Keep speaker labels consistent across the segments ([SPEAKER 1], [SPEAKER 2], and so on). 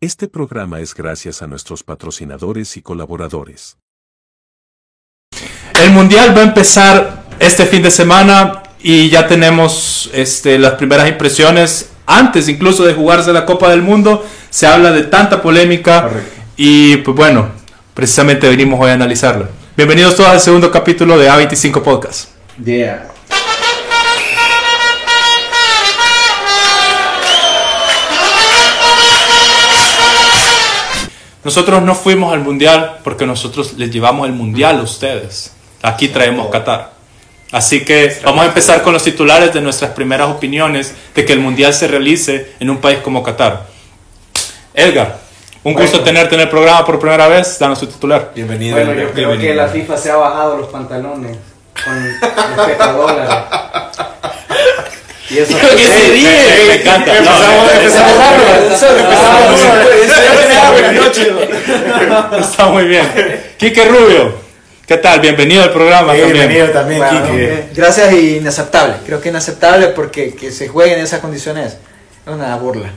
[SPEAKER 1] Este programa es gracias a nuestros patrocinadores y colaboradores.
[SPEAKER 2] El mundial va a empezar este fin de semana y ya tenemos este, las primeras impresiones. Antes incluso de jugarse la Copa del Mundo, se habla de tanta polémica.
[SPEAKER 3] Correcto.
[SPEAKER 2] Y pues bueno, precisamente venimos hoy a analizarla. Bienvenidos todos al segundo capítulo de A25 Podcast.
[SPEAKER 3] Yeah.
[SPEAKER 2] Nosotros no fuimos al mundial porque nosotros les llevamos el mundial a ustedes. Aquí traemos Qatar. Así que vamos a empezar con los titulares de nuestras primeras opiniones de que el mundial se realice en un país como Qatar. Edgar, un gusto
[SPEAKER 3] Bueno.
[SPEAKER 2] tenerte en el programa por primera vez. Danos tu titular.
[SPEAKER 4] Bienvenido.
[SPEAKER 3] Bueno, yo creo que la FIFA se ha bajado los pantalones con respecto a dólares. Y eso
[SPEAKER 2] Creo que sí,
[SPEAKER 3] Sí,
[SPEAKER 2] me- me encanta. No,
[SPEAKER 4] Empezamos,
[SPEAKER 2] me-
[SPEAKER 4] empezamos rápido. Empezamos
[SPEAKER 3] me- me-
[SPEAKER 2] me-
[SPEAKER 4] rápido.
[SPEAKER 2] me-
[SPEAKER 4] Eso ya tenía
[SPEAKER 3] Ah,
[SPEAKER 4] buena noche.
[SPEAKER 2] Está Ah, muy bien. Quique Rubio, ¿qué tal? Bienvenido al programa.
[SPEAKER 4] Sí,
[SPEAKER 2] también.
[SPEAKER 4] Bienvenido también,
[SPEAKER 3] Bueno,
[SPEAKER 4] Kike.
[SPEAKER 5] eh, Gracias y inaceptable. Creo que inaceptable porque que se juegue en esas condiciones es una burla.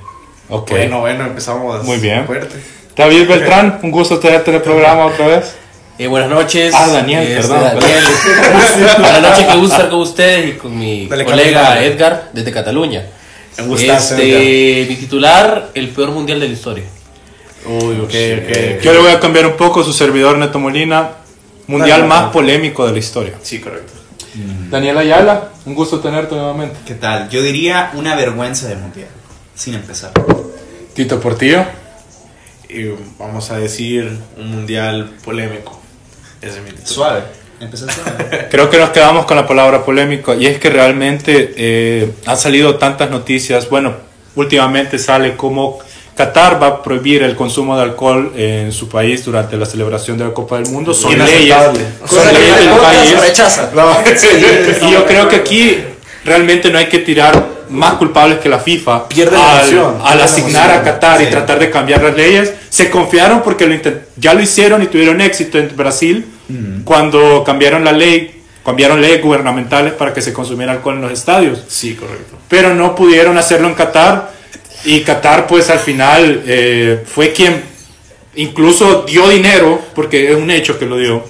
[SPEAKER 2] Ok.
[SPEAKER 4] Bueno, bueno, empezamos
[SPEAKER 2] Muy bien.
[SPEAKER 4] fuerte.
[SPEAKER 2] David Beltrán, un gusto tenerte en el programa otra vez.
[SPEAKER 6] Eh, buenas noches.
[SPEAKER 2] Ah, Daniel,
[SPEAKER 6] Este,
[SPEAKER 2] perdón,
[SPEAKER 6] Daniel. buenas noches, qué gusto estar con ustedes y con mi
[SPEAKER 4] Dale,
[SPEAKER 6] colega
[SPEAKER 4] camarada.
[SPEAKER 6] Edgar desde Cataluña.
[SPEAKER 4] Un gustazo,
[SPEAKER 6] este, mi titular, el peor mundial de la historia.
[SPEAKER 4] Uy, ok, Eh,
[SPEAKER 2] Yo le voy a cambiar un poco su servidor Neto Molina, mundial
[SPEAKER 4] Dale,
[SPEAKER 2] más
[SPEAKER 4] Neto.
[SPEAKER 2] polémico de la historia.
[SPEAKER 4] Sí, correcto.
[SPEAKER 2] Daniel Ayala, un gusto tenerte nuevamente.
[SPEAKER 7] ¿Qué tal? Yo diría una vergüenza de mundial, sin empezar.
[SPEAKER 2] Tito Portillo,
[SPEAKER 4] Y vamos a decir un mundial polémico. Ese es mi título.
[SPEAKER 7] Suave. Empezar suave.
[SPEAKER 2] creo que nos quedamos con la palabra polémico y es que realmente eh, han salido tantas noticias. Bueno, últimamente sale como Qatar va a prohibir el consumo de alcohol en su país durante la celebración de la Copa del Mundo. Son leyes,
[SPEAKER 4] Inaceptable.
[SPEAKER 2] son
[SPEAKER 5] Cosa que
[SPEAKER 2] leyes
[SPEAKER 5] el
[SPEAKER 2] del
[SPEAKER 5] podcast
[SPEAKER 2] país.
[SPEAKER 5] rechaza.
[SPEAKER 2] Y yo creo que aquí realmente no hay que tirar más culpables que la FIFA
[SPEAKER 4] Pierde la
[SPEAKER 2] al,
[SPEAKER 4] emoción,
[SPEAKER 2] al
[SPEAKER 4] pierde la
[SPEAKER 2] asignar
[SPEAKER 4] emoción,
[SPEAKER 2] a Qatar y
[SPEAKER 7] sí.
[SPEAKER 2] tratar de cambiar las leyes. Se confiaron porque lo intent- ya lo hicieron y tuvieron éxito en Brasil cuando cambiaron la ley, cambiaron leyes gubernamentales para que se consumiera alcohol en los estadios
[SPEAKER 4] Sí, correcto.
[SPEAKER 2] pero no pudieron hacerlo en Qatar y Qatar pues al final eh, fue quien incluso dio dinero porque es un hecho que lo dio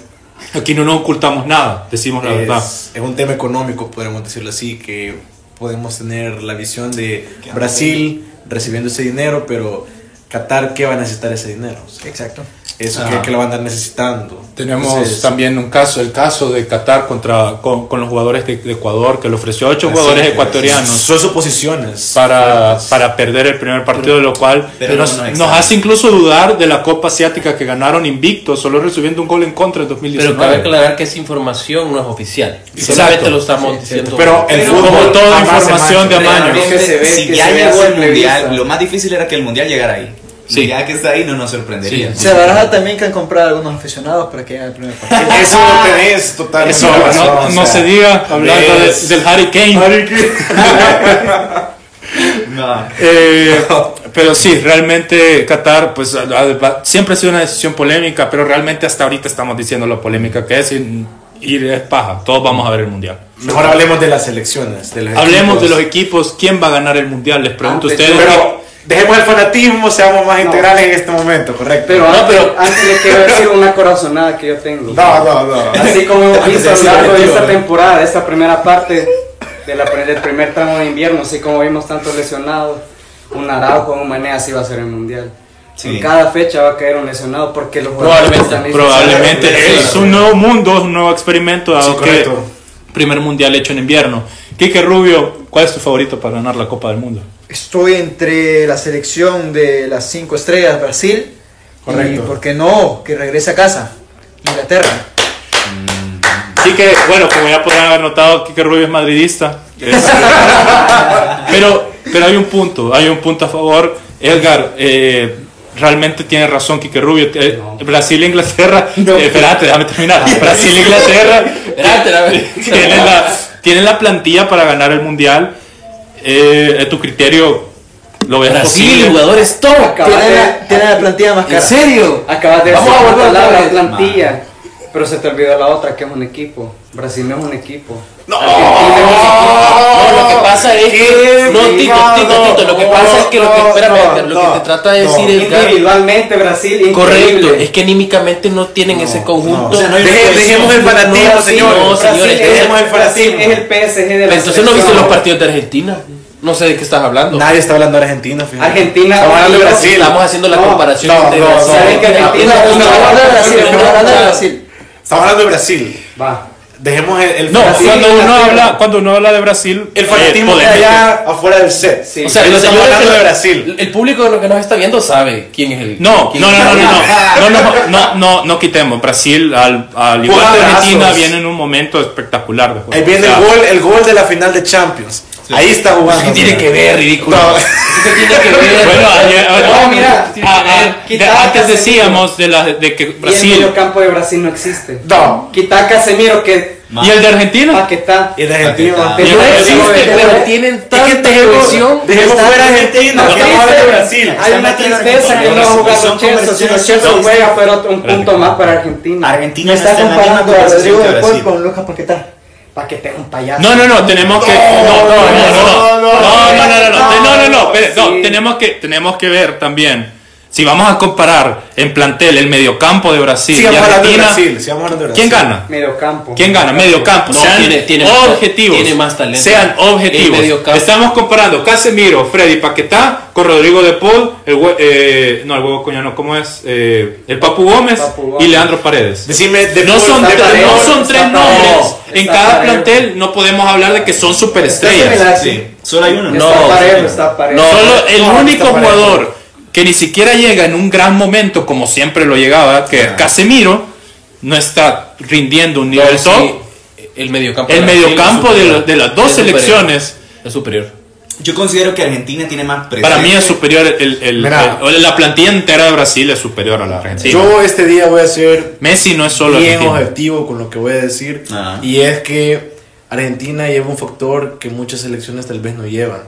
[SPEAKER 2] aquí no nos ocultamos nada decimos la verdad
[SPEAKER 4] Es, es un tema económico, podemos decirlo así, que podemos tener la visión de Brasil recibiendo ese dinero, pero Qatar, ¿qué va a necesitar ese dinero? O sea,
[SPEAKER 5] Exacto.
[SPEAKER 4] Eso
[SPEAKER 7] Ajá.
[SPEAKER 4] que, que lo van a andar necesitando.
[SPEAKER 2] tenemos
[SPEAKER 4] Entonces,
[SPEAKER 2] también un caso el caso de Qatar contra con, con los jugadores de, de Ecuador que le ofreció a ocho
[SPEAKER 4] así
[SPEAKER 2] jugadores
[SPEAKER 4] que
[SPEAKER 2] ecuatorianos
[SPEAKER 4] Son suposiciones.
[SPEAKER 2] para, para perder el primer partido, de lo cual
[SPEAKER 7] pero
[SPEAKER 2] nos,
[SPEAKER 7] no, no,
[SPEAKER 2] nos
[SPEAKER 7] exacto.
[SPEAKER 2] hace incluso dudar de la Copa Asiática que ganaron invictos, solo recibiendo un gol en contra en
[SPEAKER 6] Pero
[SPEAKER 2] 2019.
[SPEAKER 6] cabe aclarar que esa información no es oficial.
[SPEAKER 2] Exacto.
[SPEAKER 6] Solamente lo estamos diciendo.
[SPEAKER 2] Pero el
[SPEAKER 7] Pero
[SPEAKER 2] fútbol,
[SPEAKER 7] como
[SPEAKER 2] toda
[SPEAKER 4] jamás se
[SPEAKER 2] información de
[SPEAKER 4] mancha.
[SPEAKER 2] amaño.
[SPEAKER 4] Realmente, que
[SPEAKER 7] Realmente,
[SPEAKER 4] se ve-
[SPEAKER 7] si
[SPEAKER 4] que
[SPEAKER 7] ya
[SPEAKER 4] se ve a
[SPEAKER 7] llegó el
[SPEAKER 4] simple vista.
[SPEAKER 7] mundial, lo más difícil era que el mundial llegara ahí.
[SPEAKER 6] Sí.
[SPEAKER 7] Y ya que está ahí, no nos sorprendería.
[SPEAKER 6] Sí.
[SPEAKER 5] Se baraja también que han comprado algunos aficionados para que hagan el primer partido.
[SPEAKER 4] Eso lo tenés totalmente.
[SPEAKER 2] Eso, no,
[SPEAKER 4] razón, o
[SPEAKER 2] no
[SPEAKER 4] sea,
[SPEAKER 2] se diga, hablando de-
[SPEAKER 4] es-
[SPEAKER 2] del Harry Kane.
[SPEAKER 7] No.
[SPEAKER 2] Eh, pero sí, realmente Qatar, pues a- a- siempre ha sido una decisión polémica, pero realmente hasta ahorita estamos diciendo lo polémica que es y, y es paja. Todos vamos a ver el mundial.
[SPEAKER 4] Mejor hablemos de las selecciones. de los
[SPEAKER 2] Hablemos de
[SPEAKER 4] equipos.
[SPEAKER 2] los equipos, ¿quién va a ganar el mundial? Les pregunto a
[SPEAKER 3] Antes,
[SPEAKER 2] ustedes.
[SPEAKER 4] Pero dejemos el fanatismo, seamos más integrales en este momento, correcto.
[SPEAKER 3] Pero,
[SPEAKER 6] No,
[SPEAKER 3] antes,
[SPEAKER 6] pero-
[SPEAKER 3] antes le quiero decir una corazonada que yo tengo.
[SPEAKER 4] no, no, no.
[SPEAKER 3] Así como hemos
[SPEAKER 4] Antes de
[SPEAKER 3] visto a lo
[SPEAKER 4] decir
[SPEAKER 3] largo de
[SPEAKER 4] mentira,
[SPEAKER 3] esta
[SPEAKER 4] ¿verdad?
[SPEAKER 3] temporada, de esta primera parte de la pre- del primer tramo de invierno, así como vimos tantos lesionados, un Araujo, un Mané, así va a ser el mundial.
[SPEAKER 7] Sí.
[SPEAKER 3] En cada fecha va a caer un lesionado porque los jugadores están
[SPEAKER 6] Probablemente,
[SPEAKER 3] listos para
[SPEAKER 2] Probablemente
[SPEAKER 3] el
[SPEAKER 2] es
[SPEAKER 3] mundial.
[SPEAKER 2] un nuevo mundo, es un nuevo experimento, dado
[SPEAKER 4] Sí,
[SPEAKER 2] que
[SPEAKER 4] correcto.
[SPEAKER 2] primer mundial hecho en invierno. Quique Rubio, ¿cuál es tu favorito para ganar la Copa del Mundo?
[SPEAKER 5] Estoy entre la selección de las cinco estrellas Brasil
[SPEAKER 4] Correcto.
[SPEAKER 5] y, ¿por qué no? Que regrese a casa, Inglaterra.
[SPEAKER 2] Así que, bueno, como ya podrán haber notado, Kike Rubio es madridista. pero, pero hay un punto, hay un punto a favor. Edgar, eh, realmente tiene razón Kike Rubio. Eh, Brasil e Inglaterra. eh, espérate, déjame terminar. Brasil e Inglaterra.
[SPEAKER 6] Espérate, la verdad.
[SPEAKER 2] tienen, la, tienen la plantilla para ganar el mundial. Eh, a tu criterio, lo ves
[SPEAKER 6] Brasil,
[SPEAKER 2] posible?
[SPEAKER 6] jugadores top.
[SPEAKER 3] Acabas
[SPEAKER 5] Tiene
[SPEAKER 3] de-
[SPEAKER 5] la, tiene la plantilla más
[SPEAKER 6] ¿En
[SPEAKER 5] cara.
[SPEAKER 6] serio?
[SPEAKER 3] Acabas de
[SPEAKER 6] Vamos
[SPEAKER 3] decir
[SPEAKER 6] a
[SPEAKER 3] la
[SPEAKER 6] volver otra
[SPEAKER 3] palabra
[SPEAKER 6] vez.
[SPEAKER 3] plantilla. Pero se te olvidó la otra, que es un equipo. Brasil no es un equipo.
[SPEAKER 4] ¡No!
[SPEAKER 6] No, lo que pasa es que. No, Tito, Tito, Tito. Lo que pasa es que lo que.
[SPEAKER 4] no,
[SPEAKER 6] Espérame,
[SPEAKER 4] no,
[SPEAKER 6] Edgar, lo que
[SPEAKER 4] no,
[SPEAKER 6] te trata de
[SPEAKER 4] no.
[SPEAKER 6] decir Edgar.
[SPEAKER 3] Individualmente, Brasil. increíble.
[SPEAKER 6] Correcto, es que anímicamente no tienen ese conjunto.
[SPEAKER 4] O sea, no hay
[SPEAKER 6] Deje-
[SPEAKER 4] refuerzo.
[SPEAKER 6] dejemos el fanatismo,
[SPEAKER 4] No,
[SPEAKER 6] señores. No,
[SPEAKER 3] Brasil
[SPEAKER 6] señores.
[SPEAKER 3] es,
[SPEAKER 6] entonces-
[SPEAKER 4] el fanatismo.
[SPEAKER 3] Brasil es el PSG de la
[SPEAKER 6] Entonces no viste
[SPEAKER 3] selección.
[SPEAKER 6] los partidos de Argentina. No sé de qué estás hablando.
[SPEAKER 4] Nadie está hablando de Argentina, fíjate.
[SPEAKER 3] Argentina.
[SPEAKER 4] Estamos hablando de Brasil.
[SPEAKER 6] Estamos haciendo la
[SPEAKER 3] No,
[SPEAKER 6] comparación
[SPEAKER 4] no,
[SPEAKER 6] entre
[SPEAKER 4] no,
[SPEAKER 6] Brasil.
[SPEAKER 3] ¿saben que Argentina
[SPEAKER 6] Apenas-
[SPEAKER 3] es una
[SPEAKER 6] apenas-
[SPEAKER 3] banda de Brasil,
[SPEAKER 6] apenas-
[SPEAKER 3] es una banda de
[SPEAKER 5] Brasil.
[SPEAKER 4] Estamos hablando de Brasil.
[SPEAKER 3] Va.
[SPEAKER 4] Dejemos el, el
[SPEAKER 2] No,
[SPEAKER 4] fanatismo.
[SPEAKER 2] cuando, uno
[SPEAKER 3] Brasil.
[SPEAKER 2] habla, cuando uno habla de Brasil,
[SPEAKER 4] El
[SPEAKER 2] eh,
[SPEAKER 4] fanatismo de
[SPEAKER 2] polémico.
[SPEAKER 4] allá afuera del set.
[SPEAKER 3] Sí.
[SPEAKER 6] O sea,
[SPEAKER 4] Ellos
[SPEAKER 6] los
[SPEAKER 4] están
[SPEAKER 6] señores
[SPEAKER 4] hablando
[SPEAKER 6] que-
[SPEAKER 4] de Brasil.
[SPEAKER 6] El público de lo que nos está viendo sabe quién es el.
[SPEAKER 2] No,
[SPEAKER 6] quién
[SPEAKER 2] no,
[SPEAKER 6] es
[SPEAKER 2] no, no,
[SPEAKER 6] el-
[SPEAKER 2] no, no, no, no, no, no, no quitemos. Brasil, al, al igual que
[SPEAKER 4] Jugadazos.
[SPEAKER 2] Argentina, viene en un momento espectacular. de juego.
[SPEAKER 4] Ahí viene
[SPEAKER 2] O sea,
[SPEAKER 4] el gol, el gol de la final de Champions. Ahí está jugando.
[SPEAKER 6] ¿Qué tiene que ver, ridículo?
[SPEAKER 4] No.
[SPEAKER 6] ¿Qué tiene que ver?
[SPEAKER 2] Bueno, ayer-
[SPEAKER 3] No, mira,
[SPEAKER 2] Ah, ah, de-
[SPEAKER 3] Quitaba
[SPEAKER 2] antes
[SPEAKER 3] Casemiro.
[SPEAKER 2] decíamos de, la, de que
[SPEAKER 3] Y el
[SPEAKER 2] Brasil
[SPEAKER 3] medio campo de Brasil no existe.
[SPEAKER 4] No.
[SPEAKER 3] Quita a Casemiro que.
[SPEAKER 7] Ma-
[SPEAKER 2] y el de Argentina.
[SPEAKER 3] Paquetá.
[SPEAKER 4] Y de Argentina.
[SPEAKER 7] Paquetá.
[SPEAKER 6] no
[SPEAKER 2] Yo-
[SPEAKER 6] existe,
[SPEAKER 3] yo-
[SPEAKER 6] pero este tienen tanta cohesión.
[SPEAKER 4] Dejemos fuera Argentina.
[SPEAKER 3] No,
[SPEAKER 4] Estamos hablando de Brasil.
[SPEAKER 3] Hay una tristeza que no ha jugado Chelsea. Si los Chelsea juega, fuera otro- un punto más para Argentina.
[SPEAKER 7] Argentina
[SPEAKER 5] Me
[SPEAKER 7] no
[SPEAKER 5] está
[SPEAKER 7] está en la
[SPEAKER 5] comparando
[SPEAKER 7] misma
[SPEAKER 5] a
[SPEAKER 7] posición
[SPEAKER 5] Rodrigo
[SPEAKER 7] que
[SPEAKER 5] de Paul
[SPEAKER 7] Brasil.
[SPEAKER 5] con Lucas Paquetá.
[SPEAKER 3] Paquetá es un payaso.
[SPEAKER 2] No, no, no, tenemos que. No, no, no, no, no, no, no, no, no, no, no, no, espere, no,
[SPEAKER 3] Sí.
[SPEAKER 2] tenemos que, tenemos que ver también. Si vamos a comparar en plantel el mediocampo de Brasil y
[SPEAKER 4] Sigamos hablando de
[SPEAKER 2] Argentina,
[SPEAKER 4] Brasil. sigamos hablando de
[SPEAKER 2] ¿quién
[SPEAKER 4] Brasil.
[SPEAKER 2] gana?
[SPEAKER 3] Mediocampo.
[SPEAKER 2] ¿Quién gana? Mediocampo.
[SPEAKER 6] No,
[SPEAKER 2] sean
[SPEAKER 6] tiene- tiene más-
[SPEAKER 2] objetivos.
[SPEAKER 6] tiene más talento.
[SPEAKER 2] Sean objetivos.
[SPEAKER 6] El mediocampo.
[SPEAKER 2] Estamos comparando Casemiro, Freddy Paquetá con Rodrigo de Paul, el hue- eh, no, el huevo coñano, ¿cómo es? Eh, el Papu Gómez,
[SPEAKER 3] Papu
[SPEAKER 2] y
[SPEAKER 3] Gómez.
[SPEAKER 2] Leandro Paredes.
[SPEAKER 4] Decime, de
[SPEAKER 2] No son,
[SPEAKER 4] de
[SPEAKER 2] tres-
[SPEAKER 3] Paredes,
[SPEAKER 2] no son
[SPEAKER 3] está
[SPEAKER 2] tres
[SPEAKER 3] Paredes,
[SPEAKER 2] nombres. En
[SPEAKER 3] está
[SPEAKER 2] cada
[SPEAKER 3] Paredes.
[SPEAKER 2] plantel no podemos hablar de que son superestrellas.
[SPEAKER 3] Está
[SPEAKER 7] Sí, solo hay uno.
[SPEAKER 3] Está parejo, está parejo.
[SPEAKER 2] Solo el
[SPEAKER 4] no,
[SPEAKER 2] único
[SPEAKER 4] está Paredes.
[SPEAKER 2] jugador que ni siquiera llega en un gran momento como siempre lo llegaba, que es Casemiro, no está rindiendo un nivel
[SPEAKER 6] Sí,
[SPEAKER 2] top.
[SPEAKER 6] el mediocampo.
[SPEAKER 2] El mediocampo de, la- de las dos selecciones,
[SPEAKER 6] Es superior.
[SPEAKER 7] Yo considero que Argentina tiene más presencia.
[SPEAKER 2] para mí es superior. El, el-
[SPEAKER 4] Mira.
[SPEAKER 2] el- la plantilla entera de Brasil es superior a la Argentina.
[SPEAKER 4] Yo este día voy a ser
[SPEAKER 2] Messi no es solo
[SPEAKER 4] bien
[SPEAKER 2] argentino.
[SPEAKER 4] objetivo con lo que voy a decir.
[SPEAKER 7] Ajá.
[SPEAKER 4] Y es que Argentina lleva un factor que muchas selecciones tal vez no llevan.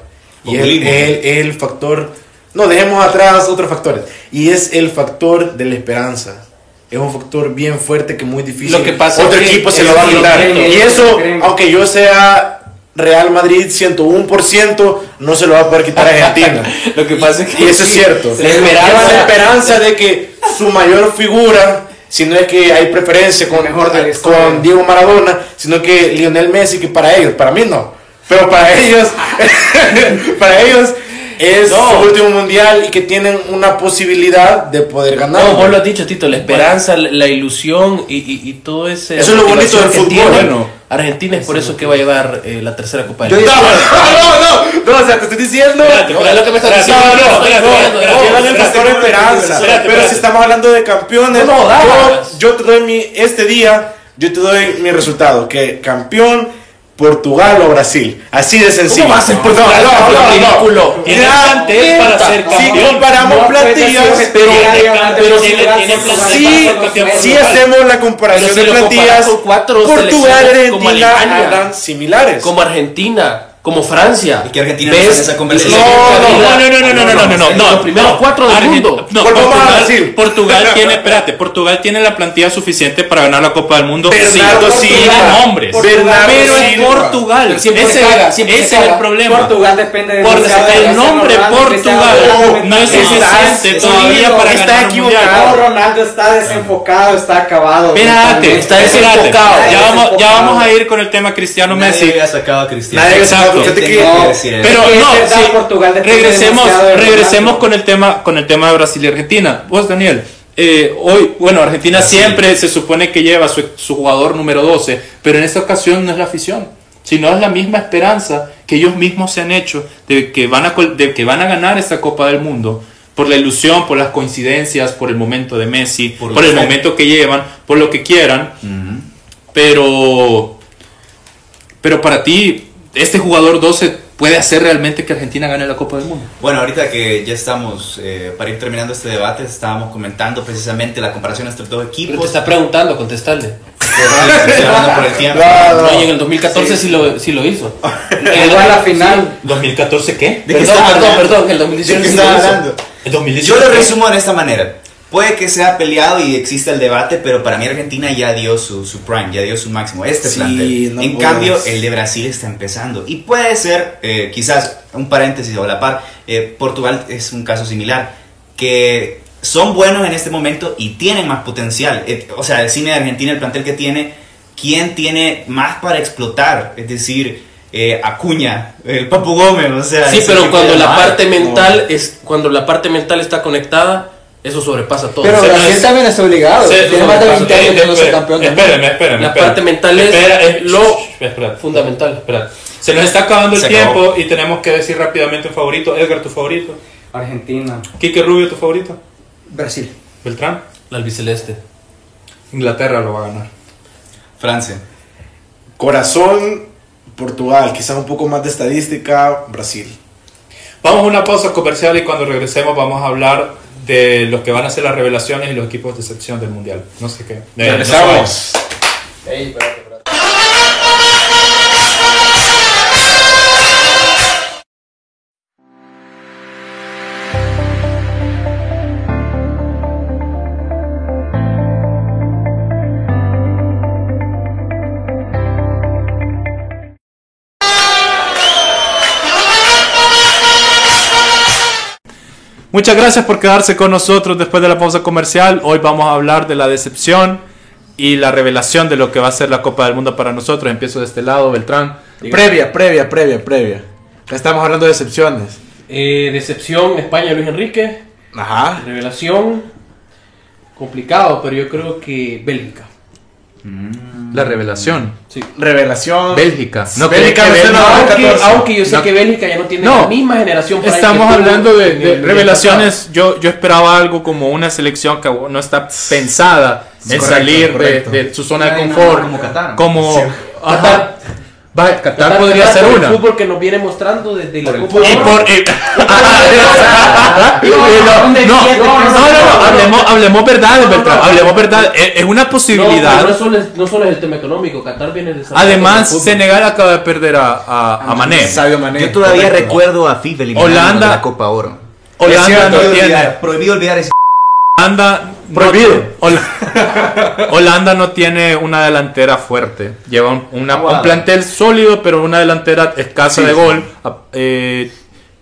[SPEAKER 4] Y es el,
[SPEAKER 7] Populismo.
[SPEAKER 4] el- el factor... No, dejemos atrás otros factores. Y es el factor de la esperanza. Es un factor bien fuerte que muy difícil.
[SPEAKER 6] Lo que pasa
[SPEAKER 4] Otro
[SPEAKER 6] es que
[SPEAKER 4] equipo se
[SPEAKER 6] es
[SPEAKER 4] lo va a
[SPEAKER 6] que lo
[SPEAKER 4] quitar.
[SPEAKER 3] creen,
[SPEAKER 4] Y
[SPEAKER 3] ellos lo
[SPEAKER 4] eso,
[SPEAKER 3] creen.
[SPEAKER 4] aunque yo sea Real Madrid 101%, no se lo va a poder quitar a Argentina.
[SPEAKER 6] Lo que pasa es
[SPEAKER 4] Y eso es cierto.
[SPEAKER 6] La
[SPEAKER 4] Llevan la
[SPEAKER 6] esperanza.
[SPEAKER 4] esperanza de que su mayor figura, si no es que hay preferencia con,
[SPEAKER 3] Mejor de la historia.
[SPEAKER 4] con Diego Maradona, sino que Lionel Messi, que para ellos, para mí no, pero para ellos, para ellos es
[SPEAKER 6] No.
[SPEAKER 4] su último mundial y que tienen una posibilidad de poder ganar.
[SPEAKER 6] No, vos lo has dicho, Tito, la esperanza, la- la ilusión y, y- y todo ese.
[SPEAKER 4] Eso es lo bonito
[SPEAKER 6] motivación
[SPEAKER 4] del
[SPEAKER 6] que
[SPEAKER 4] fútbol,
[SPEAKER 6] tiene.
[SPEAKER 4] bueno.
[SPEAKER 6] Argentina es por eso que va a llevar eh, la tercera Copa del
[SPEAKER 4] no,
[SPEAKER 6] Mundo.
[SPEAKER 4] no, no, no, o sea, te estoy diciendo.
[SPEAKER 6] Espérate, pero es lo que me estás
[SPEAKER 2] Espérate,
[SPEAKER 6] diciendo.
[SPEAKER 2] no, no,
[SPEAKER 6] estoy
[SPEAKER 2] espérate,
[SPEAKER 6] diciendo,
[SPEAKER 2] no,
[SPEAKER 6] espérate.
[SPEAKER 4] Llevan el factor esperanza.
[SPEAKER 2] espérate,
[SPEAKER 4] pero
[SPEAKER 2] espérate.
[SPEAKER 4] si estamos hablando de campeones,
[SPEAKER 6] No, no, da,
[SPEAKER 4] yo,
[SPEAKER 6] Vargas.
[SPEAKER 4] yo te doy mi. Este día, yo te doy mi resultado: que campeón. Portugal o Brasil, así de sencillo.
[SPEAKER 6] va a ser Portugal campeón, ridículo? Tiene
[SPEAKER 4] Gran
[SPEAKER 2] plantel para
[SPEAKER 4] pinta.
[SPEAKER 2] ser
[SPEAKER 4] Si
[SPEAKER 2] campeón.
[SPEAKER 4] comparamos
[SPEAKER 3] No puede
[SPEAKER 4] plantillas,
[SPEAKER 3] ser
[SPEAKER 4] pero,
[SPEAKER 3] campeón.
[SPEAKER 2] Pero
[SPEAKER 3] Sí,
[SPEAKER 2] tiene- tiene
[SPEAKER 3] sí,
[SPEAKER 2] plantel
[SPEAKER 4] sí,
[SPEAKER 2] para ser campeón
[SPEAKER 4] sí
[SPEAKER 2] mundial.
[SPEAKER 4] hacemos la comparación
[SPEAKER 6] Pero si
[SPEAKER 4] de
[SPEAKER 6] lo comparas
[SPEAKER 4] plantillas,
[SPEAKER 6] con cuatro
[SPEAKER 4] Portugal y
[SPEAKER 6] selecciones como
[SPEAKER 4] Argentina
[SPEAKER 6] Alemania,
[SPEAKER 4] eran similares.
[SPEAKER 6] Como Argentina, como Francia.
[SPEAKER 7] Es que Argentina no está en esa conversación.
[SPEAKER 2] No,
[SPEAKER 6] Argentina-
[SPEAKER 2] no, no, no, no, no, no, no, no, no.
[SPEAKER 6] Los primeros
[SPEAKER 2] no,
[SPEAKER 6] cuatro del
[SPEAKER 2] Argentina-
[SPEAKER 6] mundo.
[SPEAKER 2] No,
[SPEAKER 4] Volvamos a
[SPEAKER 2] Portugal,
[SPEAKER 4] Brasil.
[SPEAKER 2] Portugal tiene, espérate, Portugal tiene la plantilla suficiente para ganar la Copa del Mundo.
[SPEAKER 4] Bernardo
[SPEAKER 2] sí,
[SPEAKER 4] Silva.
[SPEAKER 2] tiene nombres.
[SPEAKER 4] Bernardo
[SPEAKER 2] pero es
[SPEAKER 4] Silva.
[SPEAKER 2] Portugal.
[SPEAKER 6] Pero siempre
[SPEAKER 2] ese
[SPEAKER 6] caga, siempre
[SPEAKER 2] ese
[SPEAKER 6] caga.
[SPEAKER 2] es el problema.
[SPEAKER 3] Portugal depende de
[SPEAKER 2] Por-
[SPEAKER 3] Cristiano
[SPEAKER 2] el
[SPEAKER 3] Ronaldo,
[SPEAKER 2] nombre
[SPEAKER 3] Cristiano Ronaldo,
[SPEAKER 2] Portugal no es
[SPEAKER 3] Cristiano Ronaldo.
[SPEAKER 2] suficiente todavía para
[SPEAKER 4] está
[SPEAKER 2] ganar un mundial.
[SPEAKER 4] equivocado.
[SPEAKER 3] No, Ronaldo está desenfocado, está acabado.
[SPEAKER 2] Espérate,
[SPEAKER 3] mentalmente.
[SPEAKER 2] está
[SPEAKER 6] desenfocado.
[SPEAKER 2] desenfocado. Ya
[SPEAKER 3] Está
[SPEAKER 2] vamos, ya
[SPEAKER 3] desenfocado.
[SPEAKER 2] vamos a ir con el tema Cristiano
[SPEAKER 7] Nadie
[SPEAKER 2] Messi.
[SPEAKER 7] había sacado a Cristiano.
[SPEAKER 4] Nadie había sacado-
[SPEAKER 7] Yo
[SPEAKER 4] fíjate que-
[SPEAKER 7] tengo
[SPEAKER 3] No,
[SPEAKER 7] que decir eso.
[SPEAKER 2] Pero
[SPEAKER 3] Es que es
[SPEAKER 2] no,
[SPEAKER 3] verdad,
[SPEAKER 2] sí,
[SPEAKER 3] Portugal depende
[SPEAKER 2] regresemos,
[SPEAKER 3] demasiado de Ronaldo.
[SPEAKER 2] regresemos con el tema, con el tema de Brasil y Argentina. Vos, Daniel, eh, hoy, bueno, Argentina siempre se supone que lleva su, su jugador número 12, pero en esta ocasión no es la afición, sino es la misma esperanza que ellos mismos se han hecho de que van a, col- de que van a ganar esta Copa del Mundo. Por la ilusión, por las coincidencias, por el momento de Messi, por,
[SPEAKER 7] Por
[SPEAKER 2] el
[SPEAKER 7] lo que-
[SPEAKER 2] momento que llevan, por lo que quieran. Pero. Pero para ti, este jugador 12 puede hacer realmente que Argentina gane la Copa del Mundo.
[SPEAKER 7] Bueno, ahorita que ya estamos, eh, para ir terminando este debate, estábamos comentando precisamente la comparación entre los dos
[SPEAKER 6] Pero te
[SPEAKER 7] equipos.
[SPEAKER 6] está preguntando, contestarle.
[SPEAKER 7] Estoy hablando por el tiempo.
[SPEAKER 6] No, y en el 2014 sí, lo, sí lo hizo.
[SPEAKER 3] Ah, Llegó a la final.
[SPEAKER 6] ¿2014 qué?
[SPEAKER 7] ¿De qué
[SPEAKER 6] perdón,
[SPEAKER 7] estaba
[SPEAKER 6] perdón,
[SPEAKER 7] hablando?
[SPEAKER 6] perdón, en el 2018 sí lo hizo.
[SPEAKER 7] Yo lo resumo de esta manera. Puede que sea peleado y exista el debate, pero para mí Argentina ya dio su, su prime, ya dio su máximo. Este
[SPEAKER 4] Sí,
[SPEAKER 7] plantel.
[SPEAKER 4] no
[SPEAKER 7] en
[SPEAKER 4] puedes.
[SPEAKER 7] cambio, el de Brasil está empezando. Y puede ser, eh, quizás, un paréntesis o a la par, eh, Portugal es un caso similar, que son buenos en este momento y tienen más potencial. Eh, o sea, el cine de Argentina, el plantel que tiene, ¿quién tiene más para explotar? Es decir, eh, Acuña, el Papu Gómez, o sea...
[SPEAKER 6] Sí,
[SPEAKER 7] ese
[SPEAKER 6] pero
[SPEAKER 7] tipo
[SPEAKER 6] cuando
[SPEAKER 7] de
[SPEAKER 6] la
[SPEAKER 7] madre.
[SPEAKER 6] parte mental es cuando la parte mental está conectada, eso sobrepasa todo.
[SPEAKER 5] Pero
[SPEAKER 6] O sea, no
[SPEAKER 5] Brasil
[SPEAKER 6] es-
[SPEAKER 5] también está obligado.
[SPEAKER 6] Sí,
[SPEAKER 5] Tiene
[SPEAKER 6] no,
[SPEAKER 5] más de
[SPEAKER 6] pasa-
[SPEAKER 5] 20 años que no es
[SPEAKER 2] espérenme,
[SPEAKER 5] campeón. del mundo.
[SPEAKER 2] Espérenme, espérenme.
[SPEAKER 6] La
[SPEAKER 2] espérenme.
[SPEAKER 6] parte mental es
[SPEAKER 2] eh,
[SPEAKER 6] lo
[SPEAKER 2] shh, espera.
[SPEAKER 6] fundamental.
[SPEAKER 2] Espera. Se nos está acabando
[SPEAKER 7] Se
[SPEAKER 2] el tiempo
[SPEAKER 7] acabó.
[SPEAKER 2] y tenemos que decir rápidamente un favorito. Edgar, tu favorito.
[SPEAKER 3] Argentina.
[SPEAKER 2] Quique Rubio, tu favorito.
[SPEAKER 5] Brasil.
[SPEAKER 2] Beltrán.
[SPEAKER 6] La albiceleste.
[SPEAKER 2] Inglaterra lo va a ganar.
[SPEAKER 7] Francia.
[SPEAKER 4] Corazón, Portugal, quizás un poco más de estadística, Brasil.
[SPEAKER 2] Vamos a una pausa comercial y cuando regresemos vamos a hablar de los que van a ser las revelaciones y los equipos de excepción del mundial. No sé qué. Eh, no se vayan. Muchas gracias por quedarse con nosotros después de la pausa comercial. Hoy vamos a hablar de la decepción y la revelación de lo que va a ser la Copa del Mundo para nosotros. Empiezo de este lado, Beltrán.
[SPEAKER 4] Previa, previa, previa, previa. Ya estamos hablando de excepciones.
[SPEAKER 6] Eh, decepción, España, Luis Enrique.
[SPEAKER 4] Ajá.
[SPEAKER 6] Revelación. Complicado, pero yo creo que Bélgica.
[SPEAKER 2] La revelación.
[SPEAKER 6] Sí.
[SPEAKER 4] Revelación.
[SPEAKER 2] Bélgica. No,
[SPEAKER 4] Bélgica,
[SPEAKER 2] creo que
[SPEAKER 4] Venezuela,
[SPEAKER 2] Bélgica-
[SPEAKER 6] Aunque,
[SPEAKER 4] 14.
[SPEAKER 6] aunque yo sé
[SPEAKER 2] No.
[SPEAKER 6] que Bélgica ya no tiene
[SPEAKER 2] No.
[SPEAKER 6] la misma generación. para
[SPEAKER 2] Estamos
[SPEAKER 6] que tuvo
[SPEAKER 2] hablando de,
[SPEAKER 6] en
[SPEAKER 2] de
[SPEAKER 6] el-
[SPEAKER 2] revelaciones. Yo, yo esperaba algo como una selección que no está pensada en
[SPEAKER 4] Correcto,
[SPEAKER 2] salir de-
[SPEAKER 4] correcto.
[SPEAKER 2] De, su zona de
[SPEAKER 7] Ay, no,
[SPEAKER 2] confort.
[SPEAKER 7] como Qatar.
[SPEAKER 2] Como.
[SPEAKER 4] Sí.
[SPEAKER 2] Ajá.
[SPEAKER 6] Qatar.
[SPEAKER 2] Va, Qatar,
[SPEAKER 6] Qatar
[SPEAKER 2] podría
[SPEAKER 6] Qatar
[SPEAKER 2] ser
[SPEAKER 6] por el
[SPEAKER 2] una.
[SPEAKER 6] fútbol que nos viene mostrando desde la Copa
[SPEAKER 2] Y
[SPEAKER 6] Oro.
[SPEAKER 2] por. y- Y lo- no, no, no, no, hablemos, hablemos verdades, Beltrán, hablemos verdad. Es, es una
[SPEAKER 6] No,
[SPEAKER 2] posibilidad.
[SPEAKER 6] pero no, solo es, no solo es el tema económico, Qatar viene de
[SPEAKER 2] Además, Senegal acaba de perder a, a, a Mané.
[SPEAKER 4] Sabio Mané.
[SPEAKER 7] Yo todavía
[SPEAKER 4] correcto.
[SPEAKER 7] recuerdo a FIFA eliminándonos
[SPEAKER 2] Holanda.
[SPEAKER 7] de la Copa Oro.
[SPEAKER 2] Holanda
[SPEAKER 4] cierto,
[SPEAKER 2] no
[SPEAKER 4] olvidar.
[SPEAKER 2] tiene.
[SPEAKER 7] Prohibido olvidar ese
[SPEAKER 2] Holanda no-
[SPEAKER 4] Prohibido.
[SPEAKER 2] Hol- Holanda no tiene una delantera fuerte. Lleva un, una-
[SPEAKER 7] Aguada.
[SPEAKER 2] un plantel sólido, pero una delantera escasa
[SPEAKER 7] Sí,
[SPEAKER 2] de
[SPEAKER 7] sí.
[SPEAKER 2] gol. A- eh,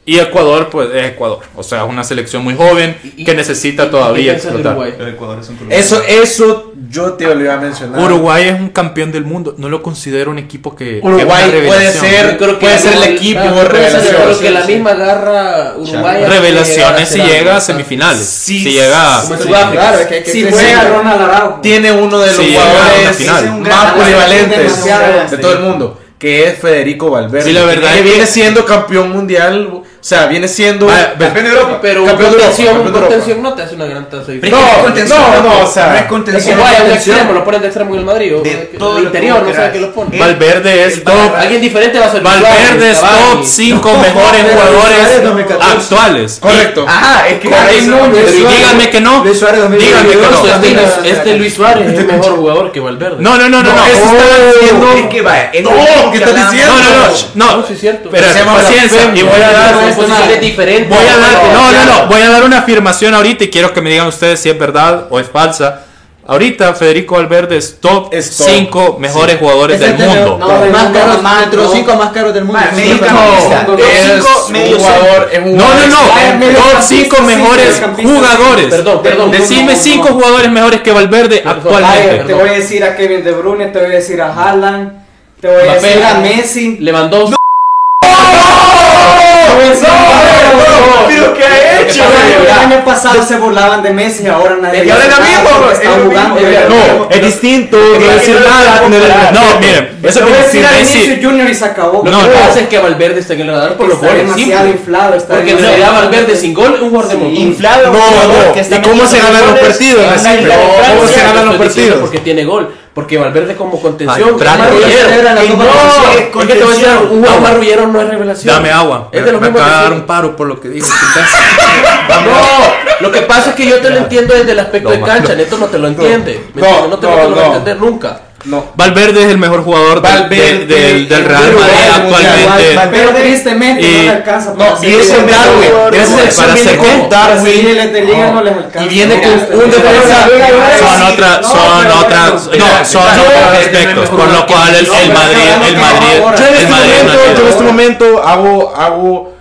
[SPEAKER 2] y Ecuador, pues es Ecuador. O sea, es una selección muy joven que necesita todavía explotar.
[SPEAKER 7] Ecuador es un club.
[SPEAKER 4] Eso, eso yo te lo iba a mencionar.
[SPEAKER 2] Uruguay es un campeón del mundo. No lo considero un equipo que. que
[SPEAKER 4] Uruguay
[SPEAKER 2] es una
[SPEAKER 4] puede
[SPEAKER 2] revelación.
[SPEAKER 4] ser, puede ser el equipo revelación.
[SPEAKER 6] Yo creo Pues que la
[SPEAKER 4] Sí, sí.
[SPEAKER 6] misma garra uruguaya.
[SPEAKER 2] Revelaciones si
[SPEAKER 6] puede
[SPEAKER 2] llega a
[SPEAKER 6] hacer algo.
[SPEAKER 2] semifinales.
[SPEAKER 4] Sí,
[SPEAKER 2] si llega.
[SPEAKER 6] Como en Sudáfrica.
[SPEAKER 5] Claro, es que hay que
[SPEAKER 3] Si
[SPEAKER 5] crecer.
[SPEAKER 3] juega Ronald Araujo.
[SPEAKER 4] Tiene uno de los
[SPEAKER 2] Sí, llegaron a la
[SPEAKER 4] jugadores
[SPEAKER 2] final.
[SPEAKER 7] Es un gran
[SPEAKER 4] más
[SPEAKER 7] jugador,
[SPEAKER 4] polivalentes
[SPEAKER 3] demasiado.
[SPEAKER 4] de todo el mundo, que es Federico Valverde.
[SPEAKER 2] Sí, la verdad
[SPEAKER 4] que
[SPEAKER 2] es que-
[SPEAKER 4] viene siendo campeón mundial, o sea, viene siendo
[SPEAKER 2] Vale, ve-
[SPEAKER 4] de Europa,
[SPEAKER 6] Pero un
[SPEAKER 4] campeón de Europa,
[SPEAKER 6] contención, un
[SPEAKER 4] campeón de Europa.
[SPEAKER 6] contención no te hace una gran tasa de
[SPEAKER 7] Pero
[SPEAKER 6] diferencia.
[SPEAKER 7] es que
[SPEAKER 4] No,
[SPEAKER 7] contención,
[SPEAKER 4] no, no,
[SPEAKER 7] loco.
[SPEAKER 4] o sea,
[SPEAKER 7] No es contención.
[SPEAKER 6] Uruguay es un
[SPEAKER 7] contención.
[SPEAKER 6] extremo, lo ponen de extremo en el Madrid. O
[SPEAKER 7] De
[SPEAKER 6] de-
[SPEAKER 7] todo
[SPEAKER 6] del
[SPEAKER 7] lo que
[SPEAKER 6] interior, no
[SPEAKER 7] quieras.
[SPEAKER 6] sabe qué los pone.
[SPEAKER 2] Valverde es top.
[SPEAKER 6] Alguien diferente va a ser
[SPEAKER 2] Valverde es
[SPEAKER 6] Suárez,
[SPEAKER 2] top
[SPEAKER 6] Cavani.
[SPEAKER 2] 5 mejores
[SPEAKER 5] pero Suárez
[SPEAKER 2] jugadores
[SPEAKER 5] 2014.
[SPEAKER 2] actuales.
[SPEAKER 4] Correcto.
[SPEAKER 5] Ajá, es que
[SPEAKER 4] Correcto.
[SPEAKER 2] Pero
[SPEAKER 5] Luis Suárez-
[SPEAKER 2] díganme que no.
[SPEAKER 5] Luis Suárez 2022,
[SPEAKER 2] Díganme que no.
[SPEAKER 5] o sea,
[SPEAKER 6] Este Luis-
[SPEAKER 5] mira,
[SPEAKER 6] Este Luis Suárez es el mejor jugador que Valverde.
[SPEAKER 2] No, no, no, no. no.
[SPEAKER 4] eso está diciendo-
[SPEAKER 7] Es que vaya, es
[SPEAKER 4] No,
[SPEAKER 7] lo mismo
[SPEAKER 4] ¿qué
[SPEAKER 7] que
[SPEAKER 4] estás
[SPEAKER 7] hablamos.
[SPEAKER 4] diciendo?
[SPEAKER 2] No, no, no, sh- no.
[SPEAKER 6] No, sí es cierto.
[SPEAKER 2] Espera,
[SPEAKER 4] Se llama
[SPEAKER 2] paciencia.
[SPEAKER 4] blasfemia.
[SPEAKER 2] Y voy a
[SPEAKER 6] Son
[SPEAKER 2] dar.
[SPEAKER 6] posiciones diferentes.
[SPEAKER 2] Voy a dar.
[SPEAKER 6] No,
[SPEAKER 2] No, no,
[SPEAKER 6] claro.
[SPEAKER 2] no. Voy a dar una afirmación ahorita y quiero que me digan ustedes si es verdad o es falsa. Ahorita Federico Valverde es top
[SPEAKER 4] Es top.
[SPEAKER 2] 5 mejores jugadores
[SPEAKER 5] Este Es el
[SPEAKER 2] del mundo.
[SPEAKER 5] No, más
[SPEAKER 3] Más
[SPEAKER 5] caros,
[SPEAKER 3] caros,
[SPEAKER 5] entre los
[SPEAKER 3] no.
[SPEAKER 5] cinco más caros del mundo.
[SPEAKER 7] Más,
[SPEAKER 5] Sí,
[SPEAKER 7] medio
[SPEAKER 5] pero-
[SPEAKER 7] campista.
[SPEAKER 5] No,
[SPEAKER 4] Es
[SPEAKER 7] Cinco, medio
[SPEAKER 4] un jugador, es un
[SPEAKER 2] No, no,
[SPEAKER 4] jugador excelente.
[SPEAKER 2] no. Top 5 mejores
[SPEAKER 3] mediocampista.
[SPEAKER 2] jugadores.
[SPEAKER 6] Perdón, perdón.
[SPEAKER 2] Decime
[SPEAKER 3] no,
[SPEAKER 2] 5
[SPEAKER 3] no.
[SPEAKER 2] jugadores mejores que Valverde
[SPEAKER 6] Perdón.
[SPEAKER 2] actualmente.
[SPEAKER 3] Ay, te voy a decir a Kevin De Bruyne, te voy a decir a Haaland, te voy a
[SPEAKER 6] Mbappé.
[SPEAKER 3] decir a Messi.
[SPEAKER 6] Lewandowski.
[SPEAKER 3] Te voy a decir a-
[SPEAKER 4] Pero ¿qué ha hecho?
[SPEAKER 3] El año pasado se burlaban de Messi, ahora nadie.
[SPEAKER 4] Y ahora es lo mismo,
[SPEAKER 3] Porque
[SPEAKER 4] es
[SPEAKER 3] Está
[SPEAKER 4] lo
[SPEAKER 3] jugando.
[SPEAKER 4] mismo, es lo mismo.
[SPEAKER 2] No, es distinto, no voy a decir nada. No, miren, eso que
[SPEAKER 3] Te voy a
[SPEAKER 2] decir
[SPEAKER 3] decir a
[SPEAKER 2] Messi.
[SPEAKER 3] Vinicius Junior y se acabó.
[SPEAKER 6] Lo
[SPEAKER 2] No,
[SPEAKER 6] que
[SPEAKER 2] no.
[SPEAKER 6] pasa es que Valverde está en el radar por los
[SPEAKER 3] Está
[SPEAKER 6] goles.
[SPEAKER 3] demasiado
[SPEAKER 6] simple.
[SPEAKER 3] inflado. está
[SPEAKER 6] Porque en
[SPEAKER 3] demasiado-
[SPEAKER 6] realidad Valverde sin gol es un jugador de
[SPEAKER 3] Sí,
[SPEAKER 6] montón.
[SPEAKER 7] Inflado.
[SPEAKER 4] No,
[SPEAKER 7] un jugador
[SPEAKER 4] no.
[SPEAKER 7] que está
[SPEAKER 4] ¿Y cómo
[SPEAKER 7] metiendo
[SPEAKER 4] se ganan los
[SPEAKER 7] goles?
[SPEAKER 4] partidos?
[SPEAKER 6] Ah,
[SPEAKER 7] Ganan
[SPEAKER 4] Decime,
[SPEAKER 7] la
[SPEAKER 4] ¿cómo
[SPEAKER 7] Francia.
[SPEAKER 4] se ganan los
[SPEAKER 6] Estoy diciendo
[SPEAKER 4] partidos?
[SPEAKER 6] Porque tiene gol. Porque Valverde como contención.
[SPEAKER 2] Ay,
[SPEAKER 6] es
[SPEAKER 2] trato.
[SPEAKER 6] marrullero.
[SPEAKER 5] Era la
[SPEAKER 6] Y
[SPEAKER 5] Copa
[SPEAKER 6] no,
[SPEAKER 5] Concepción.
[SPEAKER 6] es que te voy a decir, algo, un buen marrullero no es revelación.
[SPEAKER 2] Dame agua.
[SPEAKER 6] Es de los
[SPEAKER 2] me
[SPEAKER 6] mismos
[SPEAKER 2] acaba de
[SPEAKER 6] que
[SPEAKER 2] dar
[SPEAKER 6] sí.
[SPEAKER 2] un paro por lo que dijo.
[SPEAKER 6] No, lo que pasa es que yo te lo entiendo desde el aspecto de cancha, Neto no te lo entiende. ¿me entiendes? No, te lo- te lo va a entender nunca.
[SPEAKER 3] No.
[SPEAKER 2] Valverde es el mejor jugador del-
[SPEAKER 4] Valverde,
[SPEAKER 2] del, del- del Real
[SPEAKER 4] el
[SPEAKER 2] Madrid
[SPEAKER 4] Uruguay,
[SPEAKER 2] actualmente.
[SPEAKER 4] Mundial,
[SPEAKER 3] Pero tristemente
[SPEAKER 2] Y-
[SPEAKER 3] no le alcanza para
[SPEAKER 4] No, y
[SPEAKER 3] hacer
[SPEAKER 4] eso es
[SPEAKER 3] ligas.
[SPEAKER 4] Darwin. Gracias a la
[SPEAKER 2] Para
[SPEAKER 4] acción viene
[SPEAKER 2] hacer qué?
[SPEAKER 4] con
[SPEAKER 3] Darwin de este liga no les alcanza.
[SPEAKER 4] Y viene
[SPEAKER 3] Mira,
[SPEAKER 4] con un
[SPEAKER 3] se van a
[SPEAKER 4] defensa.
[SPEAKER 3] la Liga de
[SPEAKER 2] Son
[SPEAKER 3] Brasil.
[SPEAKER 2] otras,
[SPEAKER 3] No,
[SPEAKER 2] son
[SPEAKER 3] pero
[SPEAKER 2] otras,
[SPEAKER 3] bueno,
[SPEAKER 2] no, son
[SPEAKER 4] yo-
[SPEAKER 2] otros
[SPEAKER 4] yo-
[SPEAKER 2] aspectos, por lo cual el, el
[SPEAKER 3] no,
[SPEAKER 2] Madrid,
[SPEAKER 3] pero
[SPEAKER 2] el
[SPEAKER 3] no,
[SPEAKER 2] Madrid,
[SPEAKER 3] ahora.
[SPEAKER 4] Yo en
[SPEAKER 2] el
[SPEAKER 4] este
[SPEAKER 2] Madrid no
[SPEAKER 4] momento, yo en
[SPEAKER 2] tiene.
[SPEAKER 4] este momento hago, hago,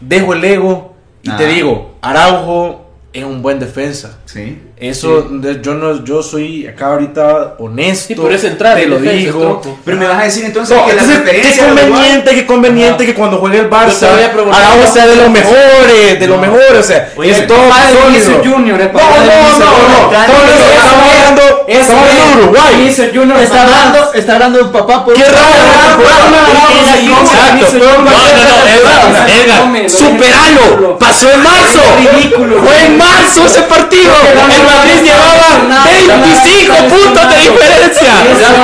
[SPEAKER 4] dejo el ego y
[SPEAKER 7] Ah.
[SPEAKER 4] te digo, Araujo es un buen defensa.
[SPEAKER 7] Sí.
[SPEAKER 4] Eso, de- yo no, yo soy acá ahorita honesto.
[SPEAKER 6] Sí, pero es central,
[SPEAKER 4] te
[SPEAKER 6] es
[SPEAKER 4] lo
[SPEAKER 6] defensa, es
[SPEAKER 4] digo.
[SPEAKER 6] tronco.
[SPEAKER 7] Pero me vas a decir entonces
[SPEAKER 4] No,
[SPEAKER 7] que la
[SPEAKER 4] entonces, qué
[SPEAKER 7] referencia de Uruguay-
[SPEAKER 4] conveniente, qué conveniente que cuando juegue el
[SPEAKER 6] Yo te
[SPEAKER 4] Barça,
[SPEAKER 6] voy a preguntar-
[SPEAKER 4] Araujo sea de los mejores, de los mejores, o sea,
[SPEAKER 7] Oye,
[SPEAKER 4] es todo
[SPEAKER 3] Padre Vinicius
[SPEAKER 4] sólido.
[SPEAKER 3] Junior, eh, el
[SPEAKER 4] No, no,
[SPEAKER 3] papá de
[SPEAKER 4] no,
[SPEAKER 3] Vinicius
[SPEAKER 4] no,
[SPEAKER 3] Junior.
[SPEAKER 4] todo eso estamos
[SPEAKER 3] Eso es-
[SPEAKER 4] hablando,
[SPEAKER 3] eso
[SPEAKER 4] estamos hablando de
[SPEAKER 3] es-
[SPEAKER 4] Uruguay.
[SPEAKER 3] Vinicius Junior
[SPEAKER 5] Está
[SPEAKER 3] Mamás.
[SPEAKER 5] hablando, está hablando de un papá por
[SPEAKER 4] Qué
[SPEAKER 5] un-
[SPEAKER 4] raro,
[SPEAKER 2] Exacto. No, no, no,
[SPEAKER 3] Exacto.
[SPEAKER 2] Edgar, Edgar, superalo. Pasó en marzo.
[SPEAKER 3] Ridículo.
[SPEAKER 2] Fue en marzo ese partido. El Madrid llevaba 25 puntos de diferencia.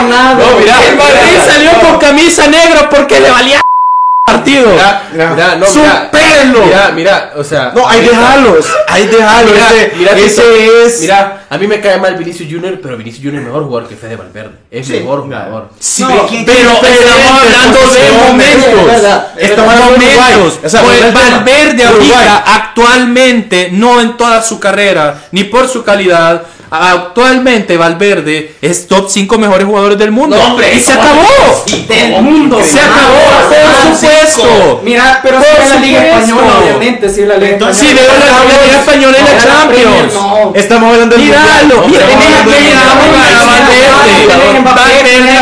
[SPEAKER 3] No,
[SPEAKER 2] Mira, el Madrid salió con camisa negra porque le valía partido.
[SPEAKER 6] Mira, mira, no, mira.
[SPEAKER 2] Supérenlo.
[SPEAKER 6] Mira, mira, o sea.
[SPEAKER 4] No, hay déjalos, hay déjalos,
[SPEAKER 6] Mira,
[SPEAKER 4] ese,
[SPEAKER 6] mira,
[SPEAKER 4] ese
[SPEAKER 6] Tito,
[SPEAKER 4] es...
[SPEAKER 6] Mira, a mí me cae mal Vinicius Junior, pero Vinicius Junior es mejor jugador que Fede Valverde. Es mejor jugador.
[SPEAKER 4] Sí,
[SPEAKER 7] No,
[SPEAKER 4] pero,
[SPEAKER 7] ¿quién-
[SPEAKER 2] Pero
[SPEAKER 4] pero
[SPEAKER 2] estamos hablando de momentos.
[SPEAKER 4] Estamos hablando de
[SPEAKER 2] momentos.
[SPEAKER 4] Uruguay. O
[SPEAKER 2] Pues
[SPEAKER 4] sea, volviendo al tema.
[SPEAKER 2] Valverde
[SPEAKER 4] Uruguay.
[SPEAKER 2] ahorita, actualmente, no en toda su carrera, ni por su calidad. Actualmente Valverde es top 5 mejores jugadores del mundo. y se acabó.
[SPEAKER 7] Y del
[SPEAKER 3] mundo.
[SPEAKER 2] Se acabó, por supuesto.
[SPEAKER 3] Mira, pero si
[SPEAKER 2] Por
[SPEAKER 3] en la Liga
[SPEAKER 2] supuesto.
[SPEAKER 3] Española, obviamente, si en la Liga
[SPEAKER 6] Ah,
[SPEAKER 3] Española.
[SPEAKER 7] Entonces,
[SPEAKER 2] Si veo la la Liga española en la Champions.
[SPEAKER 3] No.
[SPEAKER 4] Estamos hablando del
[SPEAKER 2] Míralo,
[SPEAKER 4] Mundial.
[SPEAKER 2] mira,
[SPEAKER 4] Estamos
[SPEAKER 2] mira,
[SPEAKER 4] hablando del
[SPEAKER 2] mira,
[SPEAKER 4] Mundial.
[SPEAKER 2] Valverde. Valverde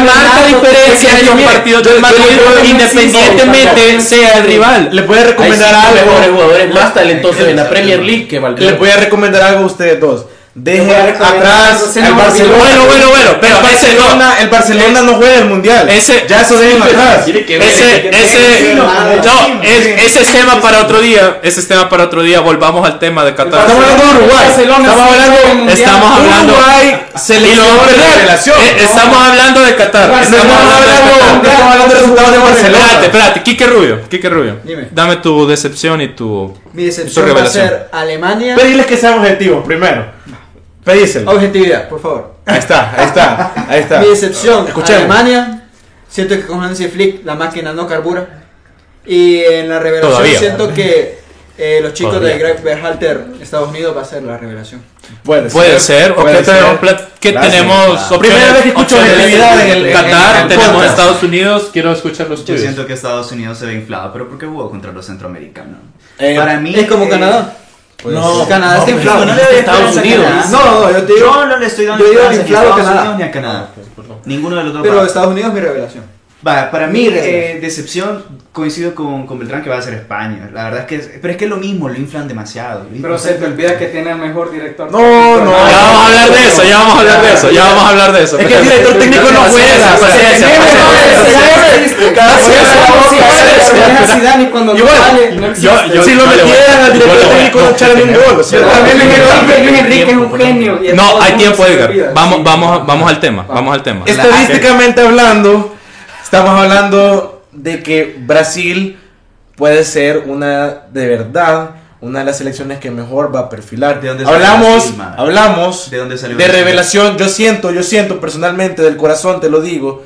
[SPEAKER 2] marca diferencia en los partidos del Madrid, independientemente sea el rival.
[SPEAKER 4] Le puede recomendar
[SPEAKER 6] Hay cinco mejores
[SPEAKER 4] algo.
[SPEAKER 6] jugadores más talentosos en la Premier League que Valverde.
[SPEAKER 4] Le voy a recomendar algo a ustedes dos. Dejen
[SPEAKER 3] voy a recomendar algo,
[SPEAKER 4] atrás
[SPEAKER 3] se
[SPEAKER 4] al
[SPEAKER 3] me olvidó.
[SPEAKER 4] Barcelona.
[SPEAKER 2] Bueno, bueno, bueno, pero
[SPEAKER 4] el Barcelona, el Barcelona no juega el mundial.
[SPEAKER 2] Ese-
[SPEAKER 4] ya eso dejen atrás.
[SPEAKER 2] Ese, ese, no, es- ese es tema para otro día. Ese es tema para otro día. Volvamos al tema de Qatar.
[SPEAKER 4] Estamos hablando de Uruguay.
[SPEAKER 3] Barcelona
[SPEAKER 4] Estamos
[SPEAKER 3] sí
[SPEAKER 4] hablando
[SPEAKER 3] juega el Mundial.
[SPEAKER 2] Estamos hablando.
[SPEAKER 4] Uruguay se
[SPEAKER 2] Y lo
[SPEAKER 4] lesionó
[SPEAKER 2] vamos a
[SPEAKER 4] en la
[SPEAKER 2] perder.
[SPEAKER 4] revelación.
[SPEAKER 2] Eh, Estamos hablando de Qatar.
[SPEAKER 4] Estamos
[SPEAKER 2] Estamos hablando de Qatar.
[SPEAKER 4] hablando, estamos hablando de resultados de
[SPEAKER 2] Espérate,
[SPEAKER 4] Barcelona.
[SPEAKER 2] espérate, Quique Rubio, Quique Rubio.
[SPEAKER 5] Dime.
[SPEAKER 2] Dame tu decepción y tu
[SPEAKER 5] Mi
[SPEAKER 2] tu
[SPEAKER 5] decepción va a
[SPEAKER 2] revelación.
[SPEAKER 5] ser Alemania.
[SPEAKER 4] Pedirles que sean objetivos primero. Pedíselo.
[SPEAKER 5] Objetividad, por favor.
[SPEAKER 4] Ahí está, ahí está, ahí está.
[SPEAKER 5] Mi decepción,
[SPEAKER 4] Escuchemos.
[SPEAKER 5] Alemania. Siento que con Hansi Flick la máquina no carbura. Y en la revelación
[SPEAKER 2] Todavía.
[SPEAKER 5] siento que eh, los chicos
[SPEAKER 2] Todavía.
[SPEAKER 5] de Greg Berhalter, Estados Unidos, va a ser la revelación.
[SPEAKER 4] Puede
[SPEAKER 2] Puede ser, o
[SPEAKER 4] puede
[SPEAKER 2] que
[SPEAKER 4] ser.
[SPEAKER 2] tenemos, plat- que
[SPEAKER 4] Gracias.
[SPEAKER 2] tenemos opciones.
[SPEAKER 4] Primera vez que escucho
[SPEAKER 2] opciones.
[SPEAKER 4] objetividad en el- en-
[SPEAKER 2] Qatar,
[SPEAKER 4] en el
[SPEAKER 2] tenemos
[SPEAKER 4] podcast.
[SPEAKER 2] Estados Unidos, quiero escuchar los
[SPEAKER 7] Yo
[SPEAKER 2] tuyos.
[SPEAKER 7] siento que Estados Unidos se ve inflado, pero ¿por qué jugó contra los centroamericanos?
[SPEAKER 4] Eh,
[SPEAKER 7] Para mí
[SPEAKER 5] Es como
[SPEAKER 7] eh,
[SPEAKER 5] Canadá. pues,
[SPEAKER 4] No,
[SPEAKER 5] Canadá está inflado.
[SPEAKER 7] no le doy
[SPEAKER 6] Estados
[SPEAKER 7] esperanza a
[SPEAKER 6] Unidos.
[SPEAKER 7] Canadá.
[SPEAKER 5] No, yo te digo-
[SPEAKER 7] Yo no le estoy dando
[SPEAKER 5] yo digo
[SPEAKER 7] esperanza ni a
[SPEAKER 5] inflado
[SPEAKER 7] Estados
[SPEAKER 5] Canadá. Ah, pues,
[SPEAKER 7] Unidos ni a Canadá. Ninguno de los dos.
[SPEAKER 5] Pero
[SPEAKER 7] va.
[SPEAKER 5] Estados Unidos es mi revelación.
[SPEAKER 7] Va, para
[SPEAKER 5] Mi
[SPEAKER 7] mí,
[SPEAKER 5] revelación.
[SPEAKER 7] eh, decepción, coincido con, con Beltrán que va a ser España. La verdad es que, es- pero es que es lo mismo, lo inflan demasiado.
[SPEAKER 3] Pero se te olvida que tiene el mejor director.
[SPEAKER 4] No, no.
[SPEAKER 2] Ya vamos a hablar de eso, ya vamos a hablar de eso, ya vamos a hablar de eso.
[SPEAKER 4] Es que el director técnico no juega.
[SPEAKER 2] Paciencia,
[SPEAKER 3] cuando
[SPEAKER 4] Igual, Si lo metieran al director técnico no echaran un gol. o sea,
[SPEAKER 3] también
[SPEAKER 4] también le-
[SPEAKER 3] Luis Enrique es un genio. y a todo
[SPEAKER 2] No,
[SPEAKER 3] el
[SPEAKER 2] hay
[SPEAKER 3] mundo
[SPEAKER 2] tiempo,
[SPEAKER 3] se le
[SPEAKER 2] Edgar.
[SPEAKER 3] olvida.
[SPEAKER 2] Vamos,
[SPEAKER 3] Sí.
[SPEAKER 2] vamos, vamos al tema, vamos al tema.
[SPEAKER 4] Estadísticamente hablando, estamos hablando de que Brasil puede ser una de verdad una de las selecciones que mejor va a perfilar.
[SPEAKER 7] ¿De dónde salió
[SPEAKER 4] hablamos,
[SPEAKER 7] Brasil, man?
[SPEAKER 4] hablamos
[SPEAKER 7] ¿De dónde salió
[SPEAKER 4] de
[SPEAKER 7] Brasil?
[SPEAKER 4] revelación. Yo siento, yo siento personalmente del corazón te lo digo.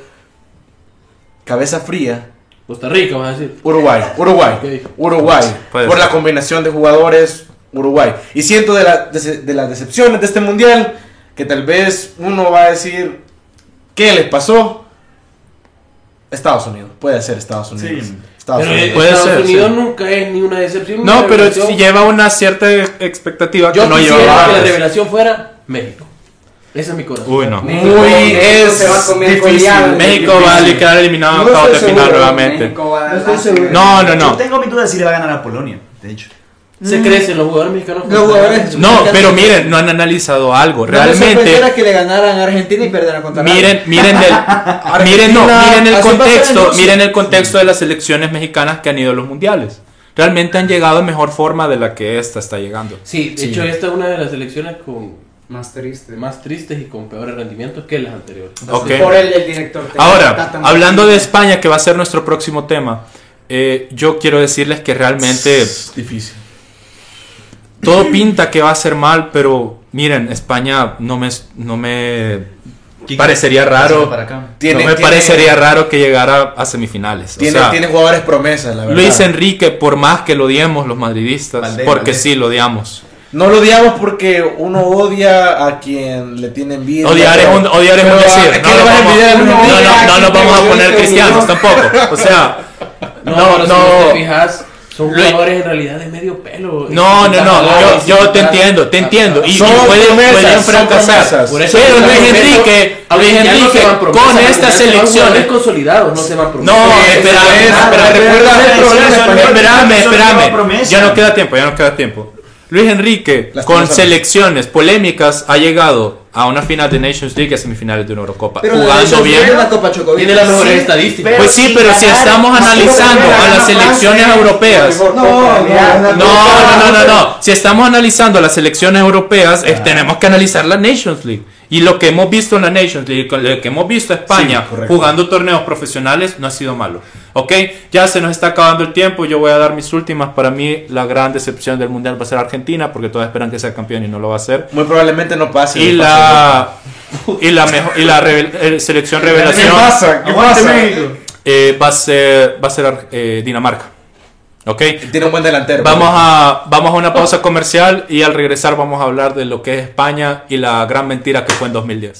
[SPEAKER 4] Cabeza fría.
[SPEAKER 6] Costa Rica, vas a decir.
[SPEAKER 4] Uruguay, Uruguay,
[SPEAKER 6] Ok.
[SPEAKER 4] Uruguay,
[SPEAKER 2] Puede
[SPEAKER 4] por
[SPEAKER 2] ser.
[SPEAKER 4] la combinación de jugadores, Uruguay. Y siento de, la- de- de las decepciones de este mundial, que tal vez uno va a decir, ¿qué les pasó? Estados Unidos, puede ser Estados Unidos.
[SPEAKER 7] Sí.
[SPEAKER 4] Estados
[SPEAKER 6] Pero
[SPEAKER 4] Unidos.
[SPEAKER 2] Puede
[SPEAKER 6] Estados
[SPEAKER 2] ser, sí.
[SPEAKER 6] Unidos nunca es ni una decepción. ni
[SPEAKER 2] No,
[SPEAKER 6] una
[SPEAKER 2] pero
[SPEAKER 6] revelación.
[SPEAKER 2] si lleva una cierta expectativa que
[SPEAKER 6] Yo
[SPEAKER 2] no
[SPEAKER 6] quisiera
[SPEAKER 2] llevaba.
[SPEAKER 6] que la
[SPEAKER 2] antes.
[SPEAKER 6] revelación fuera México. Ese es mi corazón.
[SPEAKER 2] Uy, eh, no.
[SPEAKER 3] México,
[SPEAKER 4] Muy
[SPEAKER 3] México
[SPEAKER 4] es
[SPEAKER 3] se va a comer
[SPEAKER 4] difícil.
[SPEAKER 3] goleadas.
[SPEAKER 2] México va a quedar eliminado
[SPEAKER 3] No
[SPEAKER 2] en octavos de
[SPEAKER 3] estoy
[SPEAKER 2] final
[SPEAKER 3] seguro,
[SPEAKER 2] nuevamente.
[SPEAKER 3] México va a-
[SPEAKER 5] No estoy seguro.
[SPEAKER 2] No, no,
[SPEAKER 7] Yo
[SPEAKER 2] no.
[SPEAKER 7] tengo mi duda si le va a ganar a Polonia, de hecho.
[SPEAKER 6] Se crecen los jugadores mexicanos.
[SPEAKER 5] Los jugadores-
[SPEAKER 2] Mm. No, pero miren, no han analizado algo.
[SPEAKER 5] No me
[SPEAKER 2] Realmente,
[SPEAKER 5] sorprendiera que le ganaran a Argentina y perdieran contra
[SPEAKER 2] Miren, miren el, miren, no,
[SPEAKER 4] Argentina,
[SPEAKER 2] miren el
[SPEAKER 4] así va a ser el
[SPEAKER 2] contexto,
[SPEAKER 4] ruso.
[SPEAKER 2] miren el contexto de las selecciones mexicanas que han ido a los mundiales. Realmente han llegado en mejor forma de la que esta está llegando.
[SPEAKER 6] Sí, de hecho, esta es una de las selecciones con
[SPEAKER 3] Más triste.
[SPEAKER 6] más tristes y con peores rendimientos que las anteriores.
[SPEAKER 2] Ok.
[SPEAKER 3] Por el, el director. técnico,
[SPEAKER 2] Ahora,
[SPEAKER 3] Tata
[SPEAKER 2] hablando de
[SPEAKER 3] Martino.
[SPEAKER 2] España, que va a ser nuestro próximo tema, eh, yo quiero decirles que realmente
[SPEAKER 4] difícil.
[SPEAKER 2] todo pinta que va a ser mal, pero miren, España no me, no me parecería raro.
[SPEAKER 7] para acá.
[SPEAKER 4] Tiene-
[SPEAKER 2] no me
[SPEAKER 4] tiene-
[SPEAKER 2] parecería raro que llegara a semifinales. O
[SPEAKER 4] Tiene,
[SPEAKER 2] sea,
[SPEAKER 4] tiene jugadores promesas, la verdad.
[SPEAKER 2] Luis Enrique, por más que lo odiemos los madridistas,
[SPEAKER 7] Valdés,
[SPEAKER 2] porque
[SPEAKER 7] Valdés.
[SPEAKER 2] sí, lo odiamos.
[SPEAKER 4] No lo odiamos porque uno odia a quien le tiene envidia.
[SPEAKER 2] Odiar es un,
[SPEAKER 4] pero-
[SPEAKER 2] odiar es un
[SPEAKER 4] pero, ¿a
[SPEAKER 2] decir.
[SPEAKER 4] qué
[SPEAKER 2] No,
[SPEAKER 4] le
[SPEAKER 2] nos
[SPEAKER 4] vas a
[SPEAKER 2] vamos-
[SPEAKER 4] envidiar a Luis
[SPEAKER 2] no,
[SPEAKER 4] Enrique?
[SPEAKER 2] no, no nos vamos a poner
[SPEAKER 3] Yo
[SPEAKER 2] cristianos tampoco. O sea,
[SPEAKER 6] No,
[SPEAKER 2] no,
[SPEAKER 6] pero
[SPEAKER 2] no.
[SPEAKER 6] si no te fijas, son
[SPEAKER 2] Luis-
[SPEAKER 6] jugadores en realidad de medio pelo.
[SPEAKER 2] No, no, no, yo, yo te entiendo, te entiendo. Y, y
[SPEAKER 4] Son
[SPEAKER 2] pueden,
[SPEAKER 4] promesas,
[SPEAKER 2] pueden
[SPEAKER 4] son
[SPEAKER 2] fracasar.
[SPEAKER 4] promesas.
[SPEAKER 6] Por eso
[SPEAKER 2] Pero
[SPEAKER 6] no
[SPEAKER 2] Luis
[SPEAKER 6] se van
[SPEAKER 2] Enrique,
[SPEAKER 6] promesas.
[SPEAKER 2] Luis
[SPEAKER 6] Ya no se
[SPEAKER 2] Enrique,
[SPEAKER 6] van promesas,
[SPEAKER 2] con
[SPEAKER 6] ya
[SPEAKER 2] estas
[SPEAKER 6] se van jugadores
[SPEAKER 2] selecciones.
[SPEAKER 6] consolidados, no se van promesas.
[SPEAKER 2] No, espérame,
[SPEAKER 4] es,
[SPEAKER 2] espérame,
[SPEAKER 4] recuerda
[SPEAKER 2] espérame,
[SPEAKER 4] el problema español.
[SPEAKER 2] espérame,
[SPEAKER 7] Eso
[SPEAKER 2] espérame.
[SPEAKER 7] lleva promesa.
[SPEAKER 2] Ya no queda tiempo, ya no queda tiempo. Luis Enrique, con
[SPEAKER 4] Lastimosamente.
[SPEAKER 2] selecciones polémicas, ha llegado a una final de Nations League y a semifinales de una Eurocopa,
[SPEAKER 5] Pero la
[SPEAKER 2] jugando
[SPEAKER 5] Nations
[SPEAKER 2] bien.
[SPEAKER 5] League es la Copa Chocovich.
[SPEAKER 6] Tiene las mejores
[SPEAKER 7] Sí,
[SPEAKER 6] estadísticas.
[SPEAKER 7] pero-
[SPEAKER 2] Pues sí, pero si
[SPEAKER 7] ganar,
[SPEAKER 2] estamos
[SPEAKER 7] sí,
[SPEAKER 2] analizando
[SPEAKER 7] pero
[SPEAKER 2] a
[SPEAKER 7] ganar
[SPEAKER 2] las
[SPEAKER 7] Francia.
[SPEAKER 2] selecciones europeas,
[SPEAKER 3] No, no,
[SPEAKER 2] no, no, no, no, no. Si estamos analizando las selecciones europeas,
[SPEAKER 4] Ah.
[SPEAKER 2] es- tenemos que analizar la Nations League. Y lo que hemos visto en la Nations League, con lo que hemos visto en España jugando torneos profesionales, no ha sido malo. ¿Ok? Ya se nos está acabando el tiempo. Yo voy a dar mis últimas. Para mí, la gran decepción del Mundial va a ser Argentina, porque todos esperan que sea campeón y no lo va a ser.
[SPEAKER 4] Muy probablemente no pase.
[SPEAKER 2] Y la, y la, mejo- y la revel- eh, selección
[SPEAKER 4] ¿Qué
[SPEAKER 2] revelación
[SPEAKER 4] pasa? ¿Qué pasa?
[SPEAKER 2] eh, va a ser, va a ser Ar- eh, Dinamarca. ¿Ok?
[SPEAKER 4] Tiene un buen delantero.
[SPEAKER 2] Vamos a, vamos a una pausa comercial y al regresar vamos a hablar de lo que es España y la gran mentira que fue en 2010.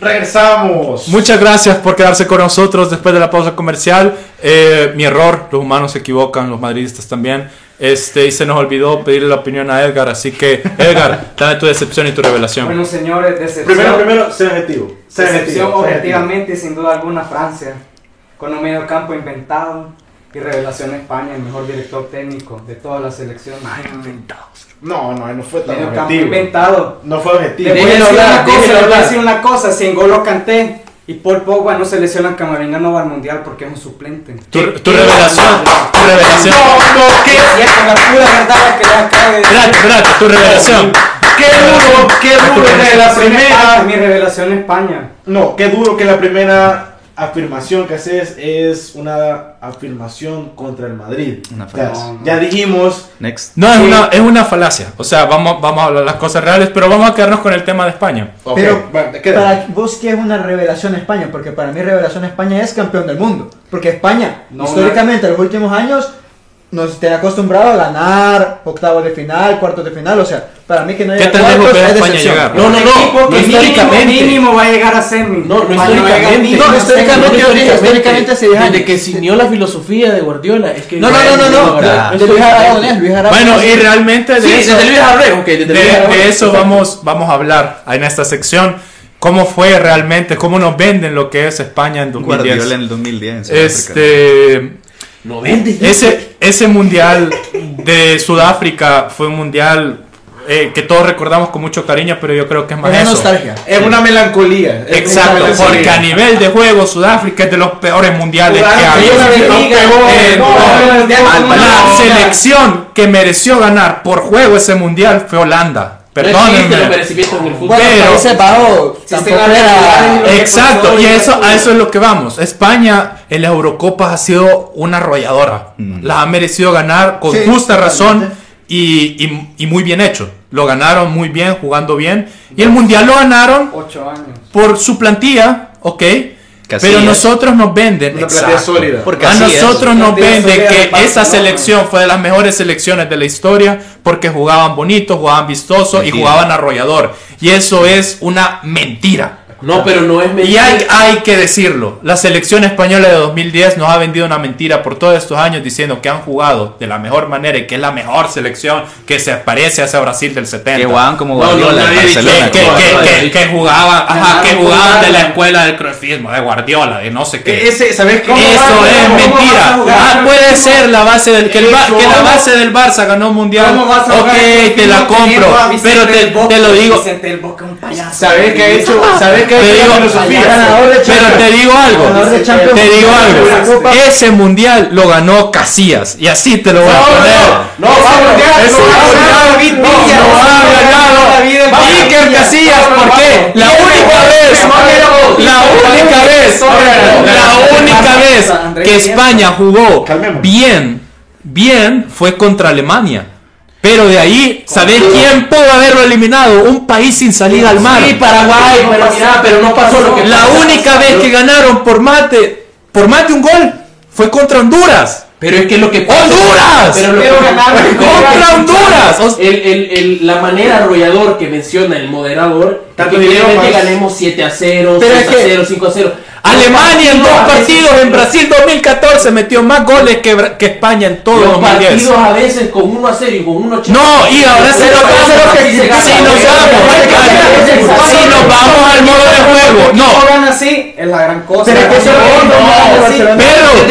[SPEAKER 4] Regresamos.
[SPEAKER 2] Muchas gracias por quedarse con nosotros después de la pausa comercial. Eh, mi error, los humanos se equivocan, los madridistas también. Este, y se nos olvidó pedirle la opinión a Edgar, así que Edgar, dame tu decepción y tu revelación.
[SPEAKER 3] Bueno, señores, decepción.
[SPEAKER 8] Primero, primero, sea objetivo. Sea
[SPEAKER 3] Decepción
[SPEAKER 8] objetivo, sea
[SPEAKER 3] objetivamente, sin duda alguna, Francia, con un medio campo inventado y revelación España, el mejor director técnico de toda la selección.
[SPEAKER 8] No, no, no fue tan
[SPEAKER 3] Medio campo
[SPEAKER 8] objetivo.
[SPEAKER 3] inventado.
[SPEAKER 8] No fue objetivo.
[SPEAKER 3] Le voy a
[SPEAKER 5] Déjelo
[SPEAKER 3] decir una
[SPEAKER 5] hablar,
[SPEAKER 3] cosa,
[SPEAKER 5] déjelo
[SPEAKER 3] le voy a
[SPEAKER 5] hablar.
[SPEAKER 3] decir una cosa, si N'Golo Kanté y Paul Pogba no seleccionan Camavinga no va al Mundial porque es un suplente.
[SPEAKER 2] Tu, tu revelación, tu revelación.
[SPEAKER 3] Y es la pura verdad que le acabo de decir.
[SPEAKER 2] Espérate, espérate, tu revelación.
[SPEAKER 8] Qué duro, qué duro que la
[SPEAKER 3] Ah,
[SPEAKER 8] primera.
[SPEAKER 3] Mi revelación España.
[SPEAKER 8] No, qué duro que la primera afirmación que haces es una afirmación contra el Madrid.
[SPEAKER 7] Una
[SPEAKER 8] O sea,
[SPEAKER 7] frase.
[SPEAKER 8] Ya dijimos.
[SPEAKER 7] Next.
[SPEAKER 2] No, es
[SPEAKER 8] Sí.
[SPEAKER 2] una, es una falacia. O sea, vamos, vamos a hablar las cosas reales, pero vamos a quedarnos con el tema de España.
[SPEAKER 8] Ok,
[SPEAKER 5] Pero,
[SPEAKER 8] va, te queda.
[SPEAKER 5] Para vos, ¿qué es una revelación España? Porque para mí, revelación España es campeón del mundo. Porque España,
[SPEAKER 3] No,
[SPEAKER 5] históricamente, en los últimos años, nos tiene acostumbrado a ganar octavos de final, cuartos de final. O sea, para mí que no
[SPEAKER 2] ¿Qué
[SPEAKER 5] haya
[SPEAKER 2] tan lejos
[SPEAKER 5] cuartos
[SPEAKER 2] ve a
[SPEAKER 5] es
[SPEAKER 2] España
[SPEAKER 5] decepción.
[SPEAKER 2] llegar?
[SPEAKER 6] No, no, no,
[SPEAKER 3] Equipo
[SPEAKER 6] no
[SPEAKER 3] que mínimo,
[SPEAKER 6] históricamente.
[SPEAKER 3] mínimo va a llegar a semi.
[SPEAKER 6] No, no
[SPEAKER 3] Va a llegar a
[SPEAKER 6] históricamente.
[SPEAKER 5] No,
[SPEAKER 3] mínimo.
[SPEAKER 5] históricamente, históricamente se deja-
[SPEAKER 6] Desde que se unió la filosofía de Guardiola. Es que
[SPEAKER 5] No, no, no, no, no.
[SPEAKER 6] Ahora,
[SPEAKER 5] De- de Luis Aragonés, Luis Aragonés.
[SPEAKER 2] Bueno, y realmente de
[SPEAKER 6] Sí,
[SPEAKER 2] eso,
[SPEAKER 6] desde Luis Arreo, ok, desde
[SPEAKER 2] de-
[SPEAKER 6] Luis
[SPEAKER 2] de
[SPEAKER 6] Aragonés.
[SPEAKER 2] eso vamos, vamos a hablar en esta sección. ¿Cómo fue realmente? ¿Cómo nos venden lo que es España en 2010?
[SPEAKER 7] Guardiola en el 2010. en Sudáfrica.
[SPEAKER 2] Este,
[SPEAKER 6] No vende.
[SPEAKER 2] ese, ese mundial de Sudáfrica fue un mundial eh, que todos recordamos con mucho cariño, pero yo creo que es más
[SPEAKER 5] Era
[SPEAKER 2] eso.
[SPEAKER 5] nostalgia.
[SPEAKER 4] Es una melancolía. es
[SPEAKER 2] Exacto,
[SPEAKER 4] una melancolía.
[SPEAKER 2] porque a nivel de juego Sudáfrica es de los peores mundiales que ha
[SPEAKER 3] Ah,
[SPEAKER 4] Jugaron
[SPEAKER 2] habido.
[SPEAKER 4] bien,
[SPEAKER 2] Eh,
[SPEAKER 4] campeón,
[SPEAKER 2] no,
[SPEAKER 4] no,
[SPEAKER 2] la- La
[SPEAKER 4] no, no,
[SPEAKER 2] selección que mereció ganar por juego ese mundial fue Holanda.
[SPEAKER 6] los
[SPEAKER 2] Perdónenme.
[SPEAKER 6] merecimientos en el fútbol.
[SPEAKER 5] Bueno,
[SPEAKER 2] pero-
[SPEAKER 5] Países Bajos tampoco
[SPEAKER 3] van a
[SPEAKER 5] era...
[SPEAKER 3] jugar en-
[SPEAKER 2] Exacto, y a eso, a eso es lo que vamos. España en la Eurocopa ha sido una arrolladora. La ha merecido ganar con
[SPEAKER 5] Sí,
[SPEAKER 2] justa razón
[SPEAKER 5] totalmente.
[SPEAKER 2] y, y- y muy bien hecho. Lo ganaron muy bien, jugando bien. Y el mundial lo ganaron
[SPEAKER 3] Ocho años.
[SPEAKER 2] por su plantilla, ok. Pero
[SPEAKER 7] Casillas.
[SPEAKER 2] nosotros nos venden.
[SPEAKER 4] Una plantilla
[SPEAKER 2] Exacto.
[SPEAKER 4] sólida.
[SPEAKER 7] Porque
[SPEAKER 2] a
[SPEAKER 7] así es.
[SPEAKER 2] nosotros nos
[SPEAKER 3] Partido
[SPEAKER 2] vende
[SPEAKER 3] sobre
[SPEAKER 2] que
[SPEAKER 3] el Barcelona.
[SPEAKER 2] esa selección fue de las mejores selecciones de la historia porque jugaban bonito, jugaban vistoso y
[SPEAKER 7] Mentira.
[SPEAKER 2] jugaban arrollador. Y eso es una mentira.
[SPEAKER 6] No, pero no es
[SPEAKER 2] Y
[SPEAKER 6] mentira.
[SPEAKER 2] hay, hay que decirlo, la selección española de 2010 nos ha vendido una mentira por todos estos años diciendo que han jugado de la mejor manera y que es la mejor selección que se parece a ese Brasil del 70.
[SPEAKER 7] Que jugaban como
[SPEAKER 6] No, no,
[SPEAKER 7] Guardiola en
[SPEAKER 6] nadie dice
[SPEAKER 7] Barcelona.
[SPEAKER 2] que,
[SPEAKER 6] como
[SPEAKER 2] que-
[SPEAKER 6] Guardiola.
[SPEAKER 2] que- que jugaban, ajá,
[SPEAKER 3] Ganaron
[SPEAKER 2] que
[SPEAKER 3] por
[SPEAKER 2] jugaban de la
[SPEAKER 3] Guardiola.
[SPEAKER 2] escuela del crefismo, de Guardiola, de no sé qué.
[SPEAKER 4] Ese, ¿sabes qué?
[SPEAKER 2] Eso es mentira. Ah, puede ser la base del que, el Bar- que la base del Barça ganó mundial.
[SPEAKER 5] ¿Cómo vas a
[SPEAKER 2] Ok,
[SPEAKER 5] jugar con
[SPEAKER 2] te la
[SPEAKER 5] Firmino teniendo
[SPEAKER 2] compro,
[SPEAKER 5] a Vicente
[SPEAKER 2] pero te,
[SPEAKER 5] del Bosque?
[SPEAKER 2] te lo digo,
[SPEAKER 5] Vicente del Bosque es un payaso.
[SPEAKER 9] ¿Sabes qué ha hecho? ¿Sabes qué ha
[SPEAKER 2] Te
[SPEAKER 9] hecho
[SPEAKER 2] digo-
[SPEAKER 9] la filosofía?
[SPEAKER 10] Ganador de
[SPEAKER 2] pero te
[SPEAKER 10] Champions.
[SPEAKER 2] digo algo.
[SPEAKER 10] Ganador de Champions.
[SPEAKER 2] Te digo
[SPEAKER 10] Ganador de la
[SPEAKER 2] algo.
[SPEAKER 10] Copa.
[SPEAKER 2] Ese mundial lo ganó Casillas y así te lo voy a poner.
[SPEAKER 9] No, vamos,
[SPEAKER 2] Ese
[SPEAKER 9] eso
[SPEAKER 2] mundial
[SPEAKER 5] David
[SPEAKER 2] no
[SPEAKER 5] Villa.
[SPEAKER 2] lo ha ganado Iker Casillas, ¿por qué? La única vez, la única vez, la única vez que España jugó bien, bien fue contra Alemania. Pero de ahí, ¿sabés quién pudo haberlo eliminado? Un país sin salida al mar.
[SPEAKER 6] Sí, Paraguay, pero mira, pero no pasó lo que
[SPEAKER 2] La
[SPEAKER 6] pasó.
[SPEAKER 2] única vez que ganaron por mate, por mate un gol, fue contra Honduras.
[SPEAKER 6] Pero es que lo que pasa-
[SPEAKER 2] ¡Honduras!
[SPEAKER 6] Pero lo que-
[SPEAKER 2] ¡Contra Honduras! O sea,
[SPEAKER 6] El, el, el- la manera arrollador que menciona el moderador, es
[SPEAKER 4] Tanto
[SPEAKER 6] que
[SPEAKER 4] dinero
[SPEAKER 6] probablemente
[SPEAKER 4] para-
[SPEAKER 6] ganemos 7 a 0,
[SPEAKER 2] Pero
[SPEAKER 6] 6
[SPEAKER 2] es que-
[SPEAKER 6] a 0, 5 a 0.
[SPEAKER 2] Alemania en
[SPEAKER 6] Los
[SPEAKER 2] dos partidos
[SPEAKER 6] a
[SPEAKER 2] en
[SPEAKER 6] veces-
[SPEAKER 2] Brasil 2014 metió más goles que, Bra- que España en todos los
[SPEAKER 6] Los
[SPEAKER 2] mundiales.
[SPEAKER 6] partidos a veces con 1 a 0 y con 1 a 0.
[SPEAKER 2] No, y ahora si nos vamos,
[SPEAKER 6] Así se gana.
[SPEAKER 2] si nos vamos, al- si nos vamos al modo de juego,
[SPEAKER 5] No
[SPEAKER 2] no,
[SPEAKER 5] gana así, es la gran cosa.
[SPEAKER 10] Pero es que eso
[SPEAKER 5] No,
[SPEAKER 10] es
[SPEAKER 5] no,
[SPEAKER 10] normal de
[SPEAKER 5] así.
[SPEAKER 10] Barcelona.
[SPEAKER 2] pero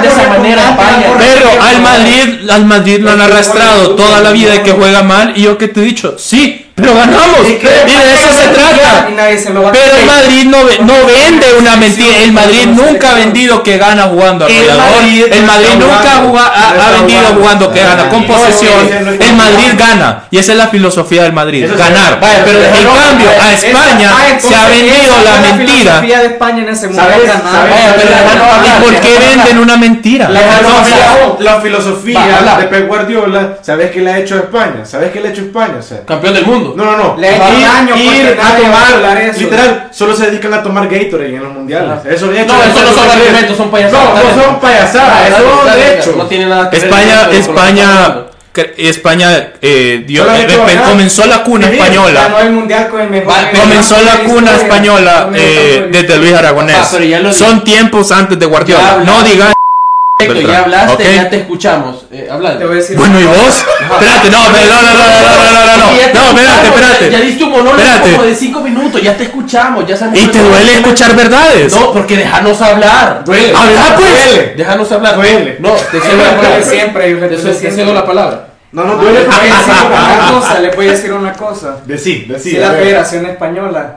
[SPEAKER 6] de esa manera
[SPEAKER 2] Pero al Madrid, al Madrid lo han arrastrado toda la vida de que juega mal y yo que te he dicho, sí, pero ganamos. Y pues, de eso se trata.
[SPEAKER 5] Y nadie se lo va a
[SPEAKER 2] Pero el
[SPEAKER 5] creer.
[SPEAKER 2] Madrid no, ve- no vende una mentira. El Madrid nunca ha vendido que gana jugando arrollador. El Madrid nunca ha juga- ha, ha vendido jugando que gana con posesión. El Madrid gana. Y esa es la filosofía del Madrid, ganar. Pero en cambio, a España
[SPEAKER 5] Ah,
[SPEAKER 2] se
[SPEAKER 5] entonces
[SPEAKER 2] ha vendido
[SPEAKER 5] esa
[SPEAKER 2] la
[SPEAKER 5] fue
[SPEAKER 2] mentira.
[SPEAKER 5] filosofía de España en ese
[SPEAKER 4] ¿Sabes?
[SPEAKER 5] mundial, ganar.
[SPEAKER 4] ¿Sabes?
[SPEAKER 5] Vaya, pero la mano va a
[SPEAKER 2] ¿Y
[SPEAKER 5] hablar.
[SPEAKER 2] por qué venden una mentira?
[SPEAKER 4] La filosofía, la
[SPEAKER 9] Va,
[SPEAKER 4] filosofía
[SPEAKER 9] habla.
[SPEAKER 4] de Pep Guardiola, ¿sabes qué le ha hecho a España? ¿Sabes qué le ha hecho a España? O sea,
[SPEAKER 6] Campeón del mundo.
[SPEAKER 4] no, no, no.
[SPEAKER 5] Le ha hecho
[SPEAKER 4] Ir-
[SPEAKER 5] daño porque
[SPEAKER 4] ir a
[SPEAKER 5] nadie va a
[SPEAKER 4] tomar,
[SPEAKER 5] hablar eso. Ah.
[SPEAKER 4] literal, solo se dedican a tomar Gatorade en los mundiales. Eso le ha hecho.
[SPEAKER 6] No, eso no son
[SPEAKER 4] Entonces,
[SPEAKER 6] argumentos, son payasadas.
[SPEAKER 4] No, no
[SPEAKER 6] Dale.
[SPEAKER 4] son
[SPEAKER 5] Ah,
[SPEAKER 4] payasadas,
[SPEAKER 6] Dale,
[SPEAKER 4] eso
[SPEAKER 6] dale,
[SPEAKER 4] son
[SPEAKER 6] dale,
[SPEAKER 4] hechos.
[SPEAKER 6] No tiene nada que ver
[SPEAKER 2] España,
[SPEAKER 6] con lo que estamos
[SPEAKER 2] España,
[SPEAKER 6] hablando.
[SPEAKER 2] cre- España eh, dio-
[SPEAKER 4] Solo le
[SPEAKER 2] eh,
[SPEAKER 4] ganar.
[SPEAKER 2] comenzó la cuna
[SPEAKER 4] Sí,
[SPEAKER 2] española.
[SPEAKER 5] Ganó el mundial con el mejor.
[SPEAKER 6] Vale,
[SPEAKER 5] el
[SPEAKER 2] Comenzó
[SPEAKER 5] mejor
[SPEAKER 2] la
[SPEAKER 5] de
[SPEAKER 2] cuna
[SPEAKER 5] historia.
[SPEAKER 2] española
[SPEAKER 5] Comenzó
[SPEAKER 2] eh,
[SPEAKER 5] con el-
[SPEAKER 2] desde Luis
[SPEAKER 6] Ah,
[SPEAKER 2] Aragonés.
[SPEAKER 6] pero ya lo
[SPEAKER 2] Son tiempos antes de
[SPEAKER 6] Ya
[SPEAKER 2] Guardiola.
[SPEAKER 6] habla.
[SPEAKER 2] No digan.
[SPEAKER 6] Perfecto, ya
[SPEAKER 2] Beltrán,
[SPEAKER 6] hablaste,
[SPEAKER 2] ¿ok?
[SPEAKER 6] ya te escuchamos. Eh, hablando.
[SPEAKER 5] Te voy a decir.
[SPEAKER 2] Bueno, ¿y vos? Espérate, no, pero no, no, no, no, no, no, no, no,
[SPEAKER 6] Ya te
[SPEAKER 2] no, espérate,
[SPEAKER 6] escuchamos, Ya, ya
[SPEAKER 2] espérate.
[SPEAKER 6] diste un monólogo
[SPEAKER 2] Espérate.
[SPEAKER 6] como de 5 minutos, ya te escuchamos, ya sabemos.
[SPEAKER 2] ¿Y
[SPEAKER 6] lo
[SPEAKER 2] te
[SPEAKER 6] que-
[SPEAKER 2] duele escuchar verdades?
[SPEAKER 6] No, porque déjanos hablar.
[SPEAKER 4] Duele.
[SPEAKER 2] Habla, pues.
[SPEAKER 4] Duele.
[SPEAKER 6] Déjanos hablar.
[SPEAKER 4] Duele.
[SPEAKER 6] No, te cedo
[SPEAKER 5] Yo
[SPEAKER 6] la
[SPEAKER 5] creo que
[SPEAKER 6] palabra.
[SPEAKER 5] siempre, yo creo
[SPEAKER 6] Te
[SPEAKER 5] que
[SPEAKER 6] cedo- te
[SPEAKER 5] siempre.
[SPEAKER 6] cedo la palabra.
[SPEAKER 4] No, no, duele.
[SPEAKER 5] Les voy a decir una cosa, les voy a decir una cosa.
[SPEAKER 4] Decí, decí.
[SPEAKER 5] Si
[SPEAKER 4] ah, a
[SPEAKER 5] la
[SPEAKER 4] ver.
[SPEAKER 5] Federación Española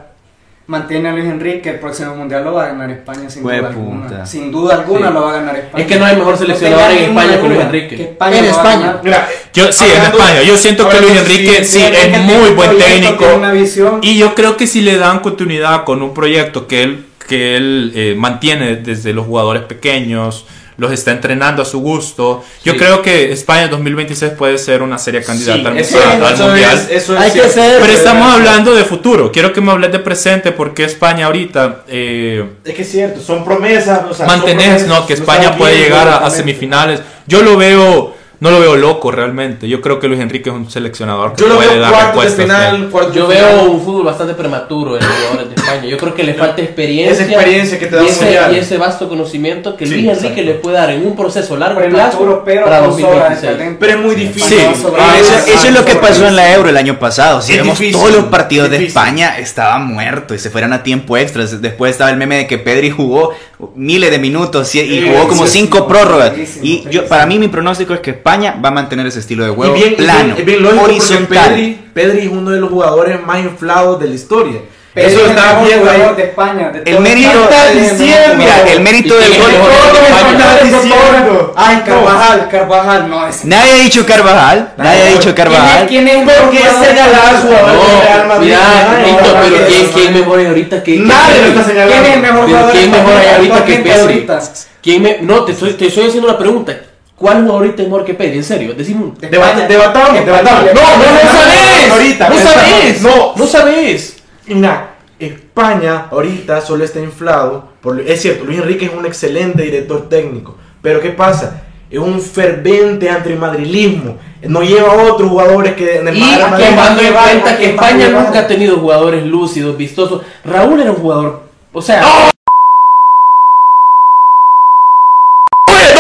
[SPEAKER 5] mantiene a Luis Enrique, el próximo mundial lo va a ganar España sin duda
[SPEAKER 7] Hueputa.
[SPEAKER 5] alguna. Sin duda alguna
[SPEAKER 6] Sí.
[SPEAKER 5] lo va a ganar España.
[SPEAKER 6] Es que no hay mejor seleccionador
[SPEAKER 5] tenga
[SPEAKER 6] en
[SPEAKER 5] ninguna
[SPEAKER 6] España que Luis
[SPEAKER 5] duda
[SPEAKER 6] Enrique.
[SPEAKER 5] que España
[SPEAKER 10] En
[SPEAKER 5] lo va a
[SPEAKER 10] España.
[SPEAKER 5] ganar.
[SPEAKER 4] Mira,
[SPEAKER 2] Yo sí, en
[SPEAKER 4] hablando-
[SPEAKER 2] España. Yo siento que Luis
[SPEAKER 4] hablando-
[SPEAKER 2] Enrique sí
[SPEAKER 5] Enrique
[SPEAKER 2] es
[SPEAKER 5] tiene
[SPEAKER 2] muy
[SPEAKER 5] un
[SPEAKER 2] buen
[SPEAKER 5] proyecto,
[SPEAKER 2] técnico.
[SPEAKER 5] tiene una visión.
[SPEAKER 2] Y yo creo que si le dan continuidad con un proyecto que él, que él eh, mantiene desde los jugadores pequeños, los está entrenando a su gusto, yo
[SPEAKER 6] Sí.
[SPEAKER 2] creo que España 2026 puede ser una seria candidata al,
[SPEAKER 4] eso
[SPEAKER 2] al- al
[SPEAKER 4] es- eso
[SPEAKER 2] Mundial.
[SPEAKER 4] es- eso es
[SPEAKER 10] Hay que
[SPEAKER 4] cierto.
[SPEAKER 10] ser-
[SPEAKER 2] Pero estamos hablando de futuro. Quiero que me hables de presente porque España ahorita... Eh,
[SPEAKER 4] Es que es cierto, son promesas. O sea, son
[SPEAKER 2] mantenés,
[SPEAKER 4] promesas,
[SPEAKER 2] ¿no? Que
[SPEAKER 4] no
[SPEAKER 2] España
[SPEAKER 4] saben
[SPEAKER 2] puede
[SPEAKER 4] bien,
[SPEAKER 2] llegar a, a
[SPEAKER 4] exactamente.
[SPEAKER 2] semifinales. Yo lo veo, no lo veo loco realmente. Yo creo que Luis Enrique es un seleccionador que
[SPEAKER 4] Yo lo
[SPEAKER 2] puede
[SPEAKER 4] veo
[SPEAKER 2] dar
[SPEAKER 4] cuartos de
[SPEAKER 2] respuestas.
[SPEAKER 4] final, cuartos
[SPEAKER 6] Yo
[SPEAKER 4] de final.
[SPEAKER 6] veo un fútbol bastante prematuro en los jugadores de España. Yo creo que le falta experiencia.
[SPEAKER 4] Esa experiencia que te da
[SPEAKER 6] y
[SPEAKER 4] un
[SPEAKER 6] ese,
[SPEAKER 4] mundial.
[SPEAKER 6] y ese vasto conocimiento que
[SPEAKER 4] Sí,
[SPEAKER 6] Luis Enrique le puede dar en un proceso a largo plazo
[SPEAKER 5] Prematuro, pero
[SPEAKER 6] para
[SPEAKER 5] con sobra de
[SPEAKER 6] 2026.
[SPEAKER 5] talento.
[SPEAKER 4] Pero es muy difícil.
[SPEAKER 2] Ah, Sí.
[SPEAKER 5] Sobra de
[SPEAKER 7] Ah, eso,
[SPEAKER 5] talento.
[SPEAKER 7] eso es lo que pasó en la Euro el año pasado. Si
[SPEAKER 4] Es
[SPEAKER 7] vemos
[SPEAKER 4] difícil,
[SPEAKER 7] todos los partidos de
[SPEAKER 4] difícil.
[SPEAKER 7] España estaban muertos y se fueron a tiempo extra. Después estaba el meme de que Pedri jugó miles de minutos y, y
[SPEAKER 4] Sí,
[SPEAKER 7] jugó como
[SPEAKER 4] sí,
[SPEAKER 7] cinco
[SPEAKER 5] sí,
[SPEAKER 7] prórrogas.
[SPEAKER 5] buenísimo,
[SPEAKER 7] Y yo,
[SPEAKER 5] buenísimo.
[SPEAKER 7] para mí mi pronóstico es que España va a mantener ese estilo de
[SPEAKER 4] Y
[SPEAKER 7] juego
[SPEAKER 4] bien, y bien-
[SPEAKER 7] plano,
[SPEAKER 4] es bien lógico porque
[SPEAKER 7] horizontal.
[SPEAKER 4] Pedri, Pedri es uno de los jugadores más inflados de la historia.
[SPEAKER 5] Pero
[SPEAKER 4] Eso
[SPEAKER 5] es el
[SPEAKER 4] está
[SPEAKER 5] mejor
[SPEAKER 4] bien
[SPEAKER 5] jugador
[SPEAKER 4] ahí.
[SPEAKER 5] de España. de
[SPEAKER 7] El
[SPEAKER 5] todo
[SPEAKER 7] mérito,
[SPEAKER 5] España.
[SPEAKER 4] estás
[SPEAKER 5] Es el mejor
[SPEAKER 4] diciendo?
[SPEAKER 5] jugador.
[SPEAKER 7] mira, el mérito
[SPEAKER 6] ¿Y
[SPEAKER 7] del
[SPEAKER 6] quién
[SPEAKER 7] gol.
[SPEAKER 6] es el mejor?
[SPEAKER 4] Todo me
[SPEAKER 6] España.
[SPEAKER 4] estás diciendo.
[SPEAKER 5] Ay, Carvajal, Carvajal, no es.
[SPEAKER 7] Nadie ha dicho Carvajal, nadie ha dicho Carvajal.
[SPEAKER 5] ¿Quién es? ¿Quién es?
[SPEAKER 4] Porque es señalado jugador del Real
[SPEAKER 6] No,
[SPEAKER 4] Madrid.
[SPEAKER 6] mira,
[SPEAKER 4] Ay,
[SPEAKER 6] Tito,
[SPEAKER 4] no,
[SPEAKER 6] pero
[SPEAKER 4] no,
[SPEAKER 6] ¿quién,
[SPEAKER 4] no,
[SPEAKER 6] quién
[SPEAKER 4] no.
[SPEAKER 6] mejor hay ahorita que que
[SPEAKER 4] Nadie lo
[SPEAKER 6] Pedri?
[SPEAKER 4] está señalando.
[SPEAKER 5] ¿Quién es el mejor
[SPEAKER 6] Pero
[SPEAKER 5] jugador
[SPEAKER 6] ¿quién
[SPEAKER 5] de
[SPEAKER 6] mejor hay
[SPEAKER 5] España
[SPEAKER 6] ahorita que
[SPEAKER 5] actualmente
[SPEAKER 6] Pedri?
[SPEAKER 5] ahorita?
[SPEAKER 6] ¿Quién me- No, te estoy, te estoy haciendo una pregunta. ¿Cuál jugador ahorita es mejor que Pedri? En serio, decime un-
[SPEAKER 4] Debat- Debatamos, debatamos.
[SPEAKER 5] No,
[SPEAKER 6] No, no sabes.
[SPEAKER 4] Ahorita,
[SPEAKER 6] no
[SPEAKER 4] pensamos.
[SPEAKER 6] sabes.
[SPEAKER 4] No,
[SPEAKER 6] no sabes.
[SPEAKER 4] Mira, España ahorita solo está inflado. Por, es cierto, Luis Enrique es un excelente director técnico. Pero ¿qué pasa? Es un fervente antimadrilismo. No lleva a otros jugadores que en el
[SPEAKER 6] Y
[SPEAKER 4] Real Madrid-
[SPEAKER 6] tomando
[SPEAKER 4] Madrid-
[SPEAKER 6] en cuenta que
[SPEAKER 4] Madrid-
[SPEAKER 6] España
[SPEAKER 4] Madrid-
[SPEAKER 6] nunca ha tenido jugadores lúcidos, vistosos. Raúl era un jugador. O sea,
[SPEAKER 2] No,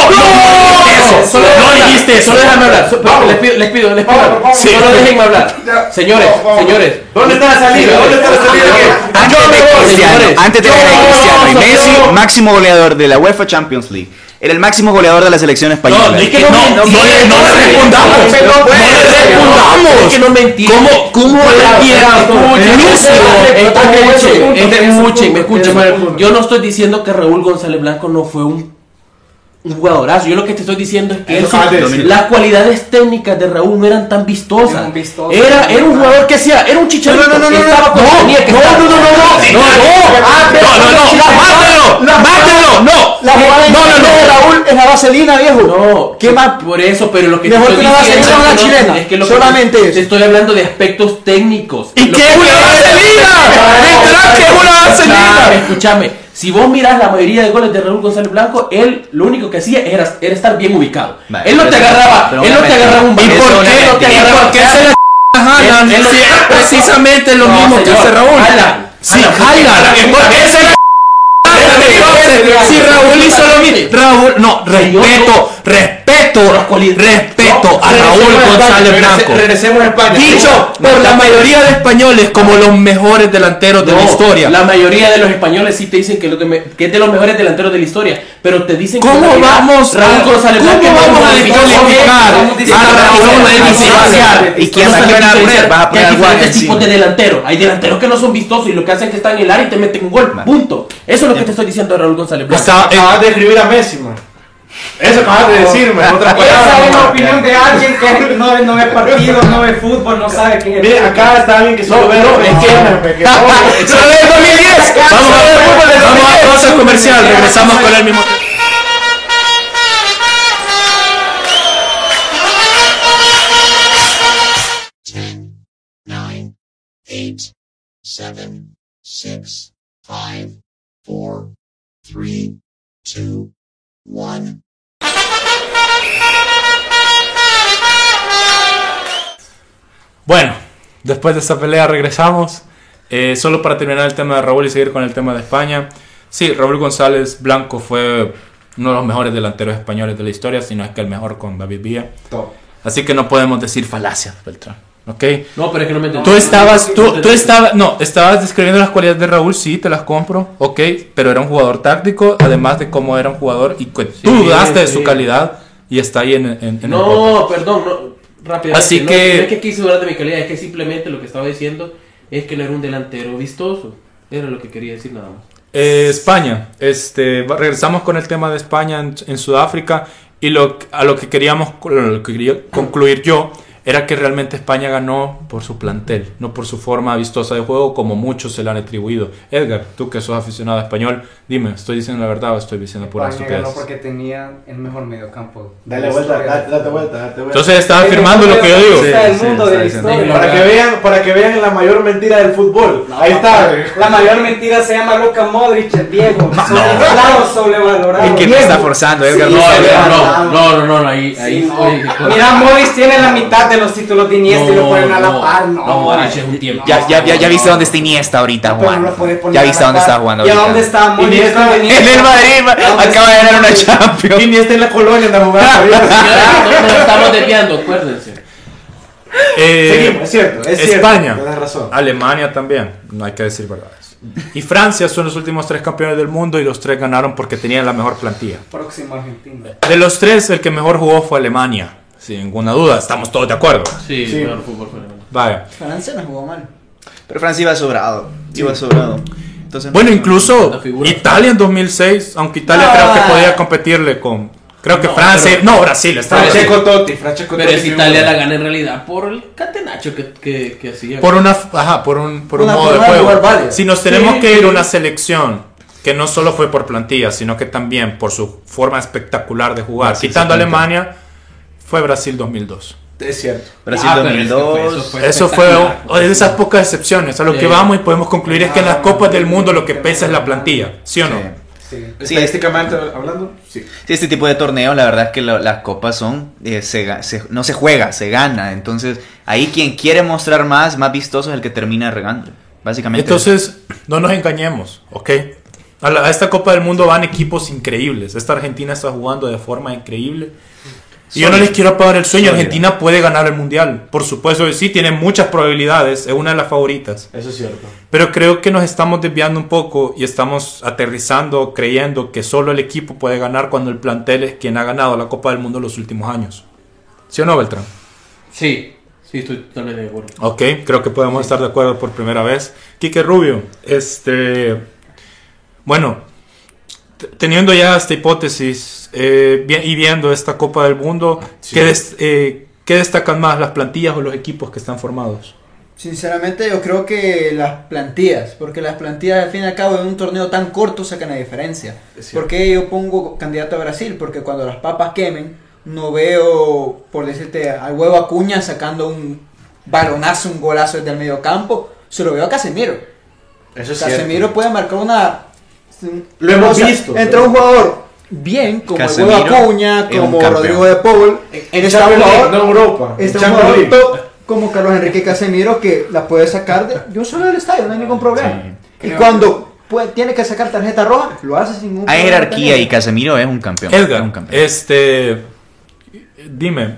[SPEAKER 2] no, eso,
[SPEAKER 6] solo déjame
[SPEAKER 2] no
[SPEAKER 6] hablar,
[SPEAKER 2] dijiste eso.
[SPEAKER 6] Solo déjame hablar. so- les pido, les pido, les pido.
[SPEAKER 2] Sí.
[SPEAKER 6] Solo déjenme hablar. Señores, señores.
[SPEAKER 4] ¿Dónde está la salida? ¿Dónde está la salida?
[SPEAKER 7] Antes de Cristiano,
[SPEAKER 6] señores.
[SPEAKER 7] antes de
[SPEAKER 6] Yo
[SPEAKER 7] ganar
[SPEAKER 6] me voy,
[SPEAKER 7] Cristiano y
[SPEAKER 6] yo me
[SPEAKER 7] Messi,
[SPEAKER 6] voy.
[SPEAKER 7] máximo goleador de la UEFA Champions League. Era el máximo goleador de la selección española.
[SPEAKER 2] No, es que no, no, no, le- no le respondamos. No le respondamos.
[SPEAKER 6] Es que no mentir.
[SPEAKER 2] ¿Cómo, cómo era
[SPEAKER 6] Escuchen, me escuchen. Yo no estoy diciendo que Raúl González Blanco no fue un un jugadorazo. Yo lo que te estoy diciendo es que él- las cualidades técnicas de Raúl no eran tan vistosas.
[SPEAKER 3] Eran vistosas.
[SPEAKER 6] Era, era un jugador que hacía, era un chicharito.
[SPEAKER 2] No, no, no, no,
[SPEAKER 6] que estaba
[SPEAKER 2] no,
[SPEAKER 6] cuando
[SPEAKER 2] no,
[SPEAKER 6] tenía que
[SPEAKER 2] no,
[SPEAKER 6] estar. Ah,
[SPEAKER 2] no, no, no, no, no, no, no, no, no, mátalo, mátalo, no.
[SPEAKER 5] La jugada
[SPEAKER 2] No, no,
[SPEAKER 5] no, de
[SPEAKER 2] no.
[SPEAKER 5] Raúl es la vaselina, viejo.
[SPEAKER 6] No, ¿qué más? Por eso, pero lo que
[SPEAKER 5] Mejor que una vaselina
[SPEAKER 6] es
[SPEAKER 5] o
[SPEAKER 6] que
[SPEAKER 5] una
[SPEAKER 6] no-
[SPEAKER 5] chilena.
[SPEAKER 6] es que lo que
[SPEAKER 5] Solamente
[SPEAKER 6] te,
[SPEAKER 5] eso.
[SPEAKER 6] te estoy hablando de aspectos técnicos.
[SPEAKER 2] ¿Y
[SPEAKER 6] Lo
[SPEAKER 2] qué es
[SPEAKER 6] que-
[SPEAKER 2] una vaselina? ¿Literal qué es una
[SPEAKER 6] Escuchame,
[SPEAKER 2] vaselina?
[SPEAKER 6] escuchame. Si vos mirás la mayoría de goles de Raúl González Blanco, él lo único que hacía era, era estar bien ubicado.
[SPEAKER 7] Vale,
[SPEAKER 6] él no te
[SPEAKER 7] pero-
[SPEAKER 6] agarraba,
[SPEAKER 7] pero
[SPEAKER 6] él no te
[SPEAKER 7] obviamente-
[SPEAKER 6] agarraba un
[SPEAKER 2] ¿Y
[SPEAKER 6] balón,
[SPEAKER 2] por
[SPEAKER 6] él no te
[SPEAKER 2] qué? ¿Y
[SPEAKER 6] agarraba-
[SPEAKER 2] por qué se le jalan?
[SPEAKER 6] Él- él lo-
[SPEAKER 2] Si es precisamente lo
[SPEAKER 6] No,
[SPEAKER 2] mismo que
[SPEAKER 6] señor,
[SPEAKER 2] hace Raúl.
[SPEAKER 6] jalan,
[SPEAKER 2] Sí,
[SPEAKER 6] jalan.
[SPEAKER 2] jalan. ¿Por qué se le jalan, entonces? Si Raúl hizo lo mismo. Raúl, no,
[SPEAKER 6] Señor,
[SPEAKER 2] respeto, respeto, respeto a Raúl González Blanco.
[SPEAKER 4] Regresemos a España.
[SPEAKER 2] Dicho por la mayoría de españoles como los mejores delanteros de la
[SPEAKER 6] No,
[SPEAKER 2] historia.
[SPEAKER 6] La mayoría de los españoles sí te dicen que, lo que, me- que es de los mejores delanteros de la historia, pero te dicen que en
[SPEAKER 2] ¿Cómo
[SPEAKER 6] realidad
[SPEAKER 2] vamos a,
[SPEAKER 6] Raúl
[SPEAKER 2] ¿cómo
[SPEAKER 6] González Blanco no
[SPEAKER 2] vamos
[SPEAKER 6] es
[SPEAKER 2] a
[SPEAKER 6] un
[SPEAKER 2] descalificar
[SPEAKER 6] defensor?
[SPEAKER 2] a Raúl de diferenciar?
[SPEAKER 7] ¿Y quién
[SPEAKER 6] No sabes
[SPEAKER 7] sabe quién va a
[SPEAKER 6] diferenciar
[SPEAKER 7] poner? Vas a
[SPEAKER 6] que
[SPEAKER 7] poner
[SPEAKER 6] hay
[SPEAKER 7] al Guaje
[SPEAKER 6] diferentes tipos de
[SPEAKER 7] encima.
[SPEAKER 6] delanteros. Hay delanteros que no son vistosos y lo que hacen es que están en el área y te meten un gol. Punto. Eso es lo que te estoy diciendo de Raúl González Blanco.
[SPEAKER 2] Está- eh,
[SPEAKER 8] Acabas de escribir a Messi, man. Eso acabas de decirme, en otras
[SPEAKER 3] Esa
[SPEAKER 2] Ah,
[SPEAKER 8] palabras.
[SPEAKER 3] es la
[SPEAKER 8] man.
[SPEAKER 3] opinión de alguien que no, no ve partidos, no ve fútbol, no sabe quién es.
[SPEAKER 8] Mire, acá está alguien que solo ve los
[SPEAKER 2] ¡Solo del 2010! Vamos a, vamos a cosas comercial, regresamos con el mismo. Bueno, después de esta pelea regresamos. Eh, solo para terminar el tema de Raúl y seguir con el tema de España. Sí, Raúl González Blanco fue uno de los mejores delanteros españoles de la historia, si no es que el mejor con David Villa. Así que no podemos decir falacias, Beltrán. ¿Ok?
[SPEAKER 6] No, pero es que no me entendí.
[SPEAKER 2] Tú estabas, tú, tú estabas, no, estabas describiendo las cualidades de Raúl, sí, te las compro, ok, pero era un jugador táctico, además de cómo era un jugador y que tú dudaste de su
[SPEAKER 6] sí.
[SPEAKER 2] calidad y está ahí en, en- en el podcast.
[SPEAKER 6] No, perdón, no, rápidamente.
[SPEAKER 2] Así
[SPEAKER 6] no,
[SPEAKER 2] que-
[SPEAKER 6] No es que quise hablar de mi calidad, es que simplemente lo que estaba diciendo es que no era un delantero vistoso. Era lo que quería decir nada más.
[SPEAKER 2] Eh, España, este, va- regresamos con el tema de España en, en Sudáfrica y lo, a lo que queríamos, lo que quería concluir yo era que realmente España ganó por su plantel, no por su forma vistosa de juego como muchos se le han atribuido. Edgar, tú que sos aficionado a español, dime, ¿estoy diciendo la verdad o estoy diciendo pura
[SPEAKER 3] España
[SPEAKER 2] estupidez?
[SPEAKER 3] ganó porque tenía el mejor mediocampo. de
[SPEAKER 8] Dale
[SPEAKER 3] la
[SPEAKER 8] vuelta,
[SPEAKER 3] historia.
[SPEAKER 8] date, date vuelta, date vuelta.
[SPEAKER 2] Entonces estaba afirmando lo que yo digo.
[SPEAKER 3] El mejor
[SPEAKER 7] Sí, sí,
[SPEAKER 3] del mundo de
[SPEAKER 7] está
[SPEAKER 3] la
[SPEAKER 7] diciendo.
[SPEAKER 3] historia.
[SPEAKER 8] para que vean, para que vean la mayor mentira del fútbol. Ahí está. güey.
[SPEAKER 3] La mayor mentira se llama Luka Modric, el Diego. Sobrevalorado, sobrevalorado.
[SPEAKER 7] Es que me
[SPEAKER 3] Diego.
[SPEAKER 7] está forzando, Edgar.
[SPEAKER 3] Sí,
[SPEAKER 7] no sabe.
[SPEAKER 3] Edgar.
[SPEAKER 6] no, no, no, no, no, ahí, ahí
[SPEAKER 3] Sí, no.
[SPEAKER 6] oye, qué cosa.
[SPEAKER 3] Mira, Modric tiene la mitad de los títulos de Iniesta y lo ponen a la par. No,
[SPEAKER 6] no, Modric es un tiempo.
[SPEAKER 7] Ya, ya, ya, ya viste
[SPEAKER 3] No.
[SPEAKER 7] dónde está Iniesta ahorita
[SPEAKER 3] Pero no
[SPEAKER 7] jugando.
[SPEAKER 3] lo puede poner
[SPEAKER 7] Ya
[SPEAKER 3] a
[SPEAKER 7] viste
[SPEAKER 3] la
[SPEAKER 7] dónde
[SPEAKER 3] par.
[SPEAKER 7] está jugando
[SPEAKER 3] ¿Y a
[SPEAKER 7] ahorita.
[SPEAKER 3] dónde está Modric?
[SPEAKER 8] Iniesta-
[SPEAKER 3] ¿Dónde
[SPEAKER 7] En el Madrid, ma-
[SPEAKER 3] ¿Dónde
[SPEAKER 7] acaba de
[SPEAKER 3] está
[SPEAKER 7] ganar una
[SPEAKER 3] Modric?
[SPEAKER 7] Champions.
[SPEAKER 8] Iniesta en la colonia anda jugando. ahorita.
[SPEAKER 6] Ya, no, nos estamos desviando, acuérdense.
[SPEAKER 2] Eh,
[SPEAKER 8] Seguimos, es cierto, es cierto.
[SPEAKER 2] España.
[SPEAKER 8] Tienes razón.
[SPEAKER 2] Alemania también, no hay que decir verdades. Y Francia son los últimos tres campeones del mundo y los tres ganaron porque tenían la mejor plantilla.
[SPEAKER 3] Próximo Argentina.
[SPEAKER 2] De los tres, el que mejor jugó fue Alemania. Sin ninguna duda, estamos todos de acuerdo.
[SPEAKER 6] Sí, claro, fútbol fue alemán.
[SPEAKER 2] Vaya.
[SPEAKER 5] Francia no jugó mal.
[SPEAKER 7] Pero Francia iba sobrado. Iba sobrado. Entonces,
[SPEAKER 2] Bueno,
[SPEAKER 7] no-
[SPEAKER 2] incluso
[SPEAKER 6] La figura.
[SPEAKER 2] Italia en 2006, aunque Italia creo que podía competirle con. Creo que Francia. No, Brasil, está bien.
[SPEAKER 8] Francesco Totti, Francesco
[SPEAKER 6] Pero
[SPEAKER 8] Totti.
[SPEAKER 6] es Italia la gana en realidad por el catenacho que, que, que hacía.
[SPEAKER 2] Por, una, ajá, por un, por un
[SPEAKER 5] Una
[SPEAKER 2] modo de
[SPEAKER 5] forma de
[SPEAKER 2] juego.
[SPEAKER 5] jugar válida.
[SPEAKER 2] Si nos tenemos
[SPEAKER 6] Sí,
[SPEAKER 2] que ir
[SPEAKER 6] sí.
[SPEAKER 2] a una selección que no solo fue por plantilla, sino que también por su forma espectacular de jugar, quitando a Alemania, fue Brasil 2002.
[SPEAKER 8] Es cierto.
[SPEAKER 7] Brasil
[SPEAKER 6] Ah, pero es que fue-
[SPEAKER 7] 2002.
[SPEAKER 2] Eso fue
[SPEAKER 6] espectacular.
[SPEAKER 2] o- de esas pocas excepciones. A lo que
[SPEAKER 6] Sí.
[SPEAKER 2] vamos y podemos concluir es que en las Copas del Mundo lo que pesa es la plantilla, ¿sí o no?
[SPEAKER 7] Sí.
[SPEAKER 3] Sí.
[SPEAKER 7] Sí.
[SPEAKER 8] Estadísticamente hablando, sí.
[SPEAKER 7] Sí, este tipo de torneos, la verdad es que lo- las copas son, eh, se ga- se- no se juega, se gana. Entonces, ahí quien quiere mostrar más, más vistoso es el que termina regando. Básicamente.
[SPEAKER 2] Entonces, no nos engañemos, ¿ok? A, la- a esta Copa del Mundo van equipos increíbles. Esta Argentina está jugando de forma increíble. Y yo no les quiero apagar el sueño. Argentina puede ganar el mundial. Por supuesto que sí, tiene muchas probabilidades. Es una de las favoritas.
[SPEAKER 8] Eso es cierto.
[SPEAKER 2] Pero creo que nos estamos desviando un poco y estamos aterrizando creyendo que solo el equipo puede ganar cuando el plantel es quien ha ganado la Copa del Mundo los últimos años. ¿Sí o no, Beltrán?
[SPEAKER 6] Sí, sí, estoy totalmente de acuerdo.
[SPEAKER 2] Ok, creo que podemos estar de acuerdo por primera vez. Quique Rubio, este. Bueno, t- teniendo ya esta hipótesis eh, vi- y viendo esta Copa del Mundo, ¿qué, des- eh, ¿qué destacan más, las plantillas o los equipos que están formados?
[SPEAKER 5] Sinceramente yo creo que las plantillas, porque las plantillas al fin y al cabo en un torneo tan corto sacan la diferencia. ¿Por qué yo pongo candidato a Brasil? Porque cuando las papas quemen, no veo, por decirte, al huevo Acuña sacando un balonazo, un golazo desde el medio campo, se lo veo a Casemiro.
[SPEAKER 8] Eso es cierto.
[SPEAKER 5] Casemiro puede marcar una...
[SPEAKER 8] Lo hemos visto.
[SPEAKER 5] Entre un jugador bien, como el huevo
[SPEAKER 7] Casemiro
[SPEAKER 5] Acuña,
[SPEAKER 7] es un
[SPEAKER 5] como
[SPEAKER 7] campeón.
[SPEAKER 5] Rodrigo de Paul,
[SPEAKER 8] En
[SPEAKER 5] está
[SPEAKER 8] Champions League,
[SPEAKER 5] jugador-
[SPEAKER 8] no en Europa. en
[SPEAKER 5] este un
[SPEAKER 8] Champions
[SPEAKER 5] jugador
[SPEAKER 8] League.
[SPEAKER 5] top como Carlos Enrique Casemiro que la puede sacar de, yo solo del estadio, no hay ningún problema. Y cuando puede- tiene que sacar tarjeta roja, lo hace sin ningún
[SPEAKER 7] Hay
[SPEAKER 5] problema.
[SPEAKER 7] jerarquía y Casemiro es un campeón. es un
[SPEAKER 2] Edgar,
[SPEAKER 7] campeón.
[SPEAKER 2] este, dime,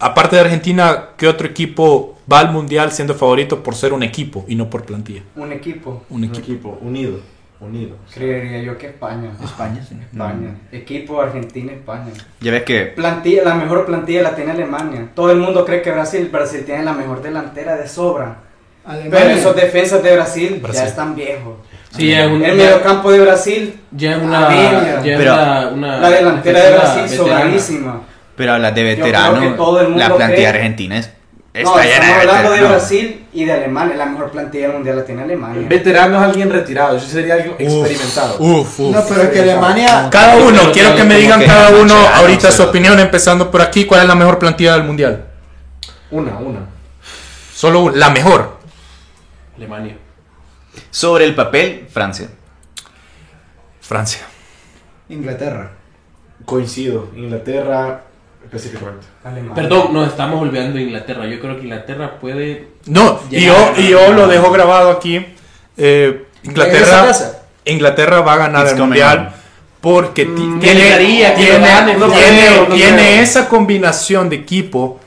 [SPEAKER 2] aparte de Argentina, ¿qué otro equipo va al mundial siendo favorito por ser un equipo y no por plantilla?
[SPEAKER 3] Un equipo,
[SPEAKER 2] Un
[SPEAKER 8] Un
[SPEAKER 2] equipo.
[SPEAKER 8] equipo unido. Unido.
[SPEAKER 3] creería yo que España.
[SPEAKER 5] España, sí. Mm.
[SPEAKER 3] España. Equipo Argentina, España.
[SPEAKER 7] Ya ves que
[SPEAKER 3] Plantilla, la mejor plantilla la tiene Alemania. Todo el mundo cree que Brasil, Brasil tiene la mejor delantera de sobra. Pero
[SPEAKER 5] Alemania.
[SPEAKER 3] esos defensas de Brasil,
[SPEAKER 2] Brasil.
[SPEAKER 3] ya están viejos.
[SPEAKER 6] Sí, ya es
[SPEAKER 3] El
[SPEAKER 6] un-
[SPEAKER 3] mediocampo de Brasil,
[SPEAKER 6] ya es
[SPEAKER 3] Ah,
[SPEAKER 6] una,
[SPEAKER 3] mira.
[SPEAKER 6] ya es
[SPEAKER 7] Pero-
[SPEAKER 6] una, una-
[SPEAKER 3] la delantera de
[SPEAKER 6] defensa
[SPEAKER 3] Brasil,
[SPEAKER 6] veterana.
[SPEAKER 3] sobradísima.
[SPEAKER 7] Pero hablas de
[SPEAKER 3] Yo creo que todo el
[SPEAKER 7] veteranos,
[SPEAKER 3] mundo
[SPEAKER 7] la plantilla
[SPEAKER 3] cree-
[SPEAKER 7] argentina es, está
[SPEAKER 3] No,
[SPEAKER 7] llena
[SPEAKER 3] estamos
[SPEAKER 7] de
[SPEAKER 3] hablando de
[SPEAKER 7] veteranos.
[SPEAKER 3] Brasil y de Alemania. La mejor plantilla del mundial la tiene Alemania.
[SPEAKER 8] Veterano es alguien retirado. Eso sería algo experimentado.
[SPEAKER 2] Uf, uf.
[SPEAKER 5] No, pero es que Alemania
[SPEAKER 2] Cada uno,
[SPEAKER 6] Pero
[SPEAKER 2] quiero
[SPEAKER 6] claro,
[SPEAKER 2] que me
[SPEAKER 7] como
[SPEAKER 2] digan
[SPEAKER 7] que
[SPEAKER 2] cada
[SPEAKER 7] no,
[SPEAKER 2] uno
[SPEAKER 7] Mascherano,
[SPEAKER 2] ahorita su
[SPEAKER 7] Celote.
[SPEAKER 2] opinión, empezando por aquí, ¿cuál es la mejor plantilla del mundial?
[SPEAKER 8] Una, una.
[SPEAKER 2] Solo un- la mejor.
[SPEAKER 6] Alemania.
[SPEAKER 7] Sobre el papel, Francia.
[SPEAKER 2] Francia.
[SPEAKER 5] Inglaterra.
[SPEAKER 8] Coincido. Inglaterra específicamente.
[SPEAKER 3] Alemania.
[SPEAKER 6] Perdón, nos estamos olvidando de Inglaterra. Yo creo que Inglaterra puede.
[SPEAKER 2] No, y yo,
[SPEAKER 6] Llegar.
[SPEAKER 2] y yo lo dejo grabado aquí. eh,
[SPEAKER 5] Regresa a
[SPEAKER 2] Inglaterra,
[SPEAKER 5] casa.
[SPEAKER 2] Inglaterra va a ganar
[SPEAKER 7] It's
[SPEAKER 2] el
[SPEAKER 7] coming
[SPEAKER 2] mundial
[SPEAKER 7] home.
[SPEAKER 2] porque ti-
[SPEAKER 6] Mm,
[SPEAKER 2] tiene,
[SPEAKER 6] me gustaría que lo
[SPEAKER 2] tiene-
[SPEAKER 6] ganen, no
[SPEAKER 2] tiene-
[SPEAKER 6] creo, no
[SPEAKER 2] tiene
[SPEAKER 6] creo.
[SPEAKER 2] esa combinación de equipo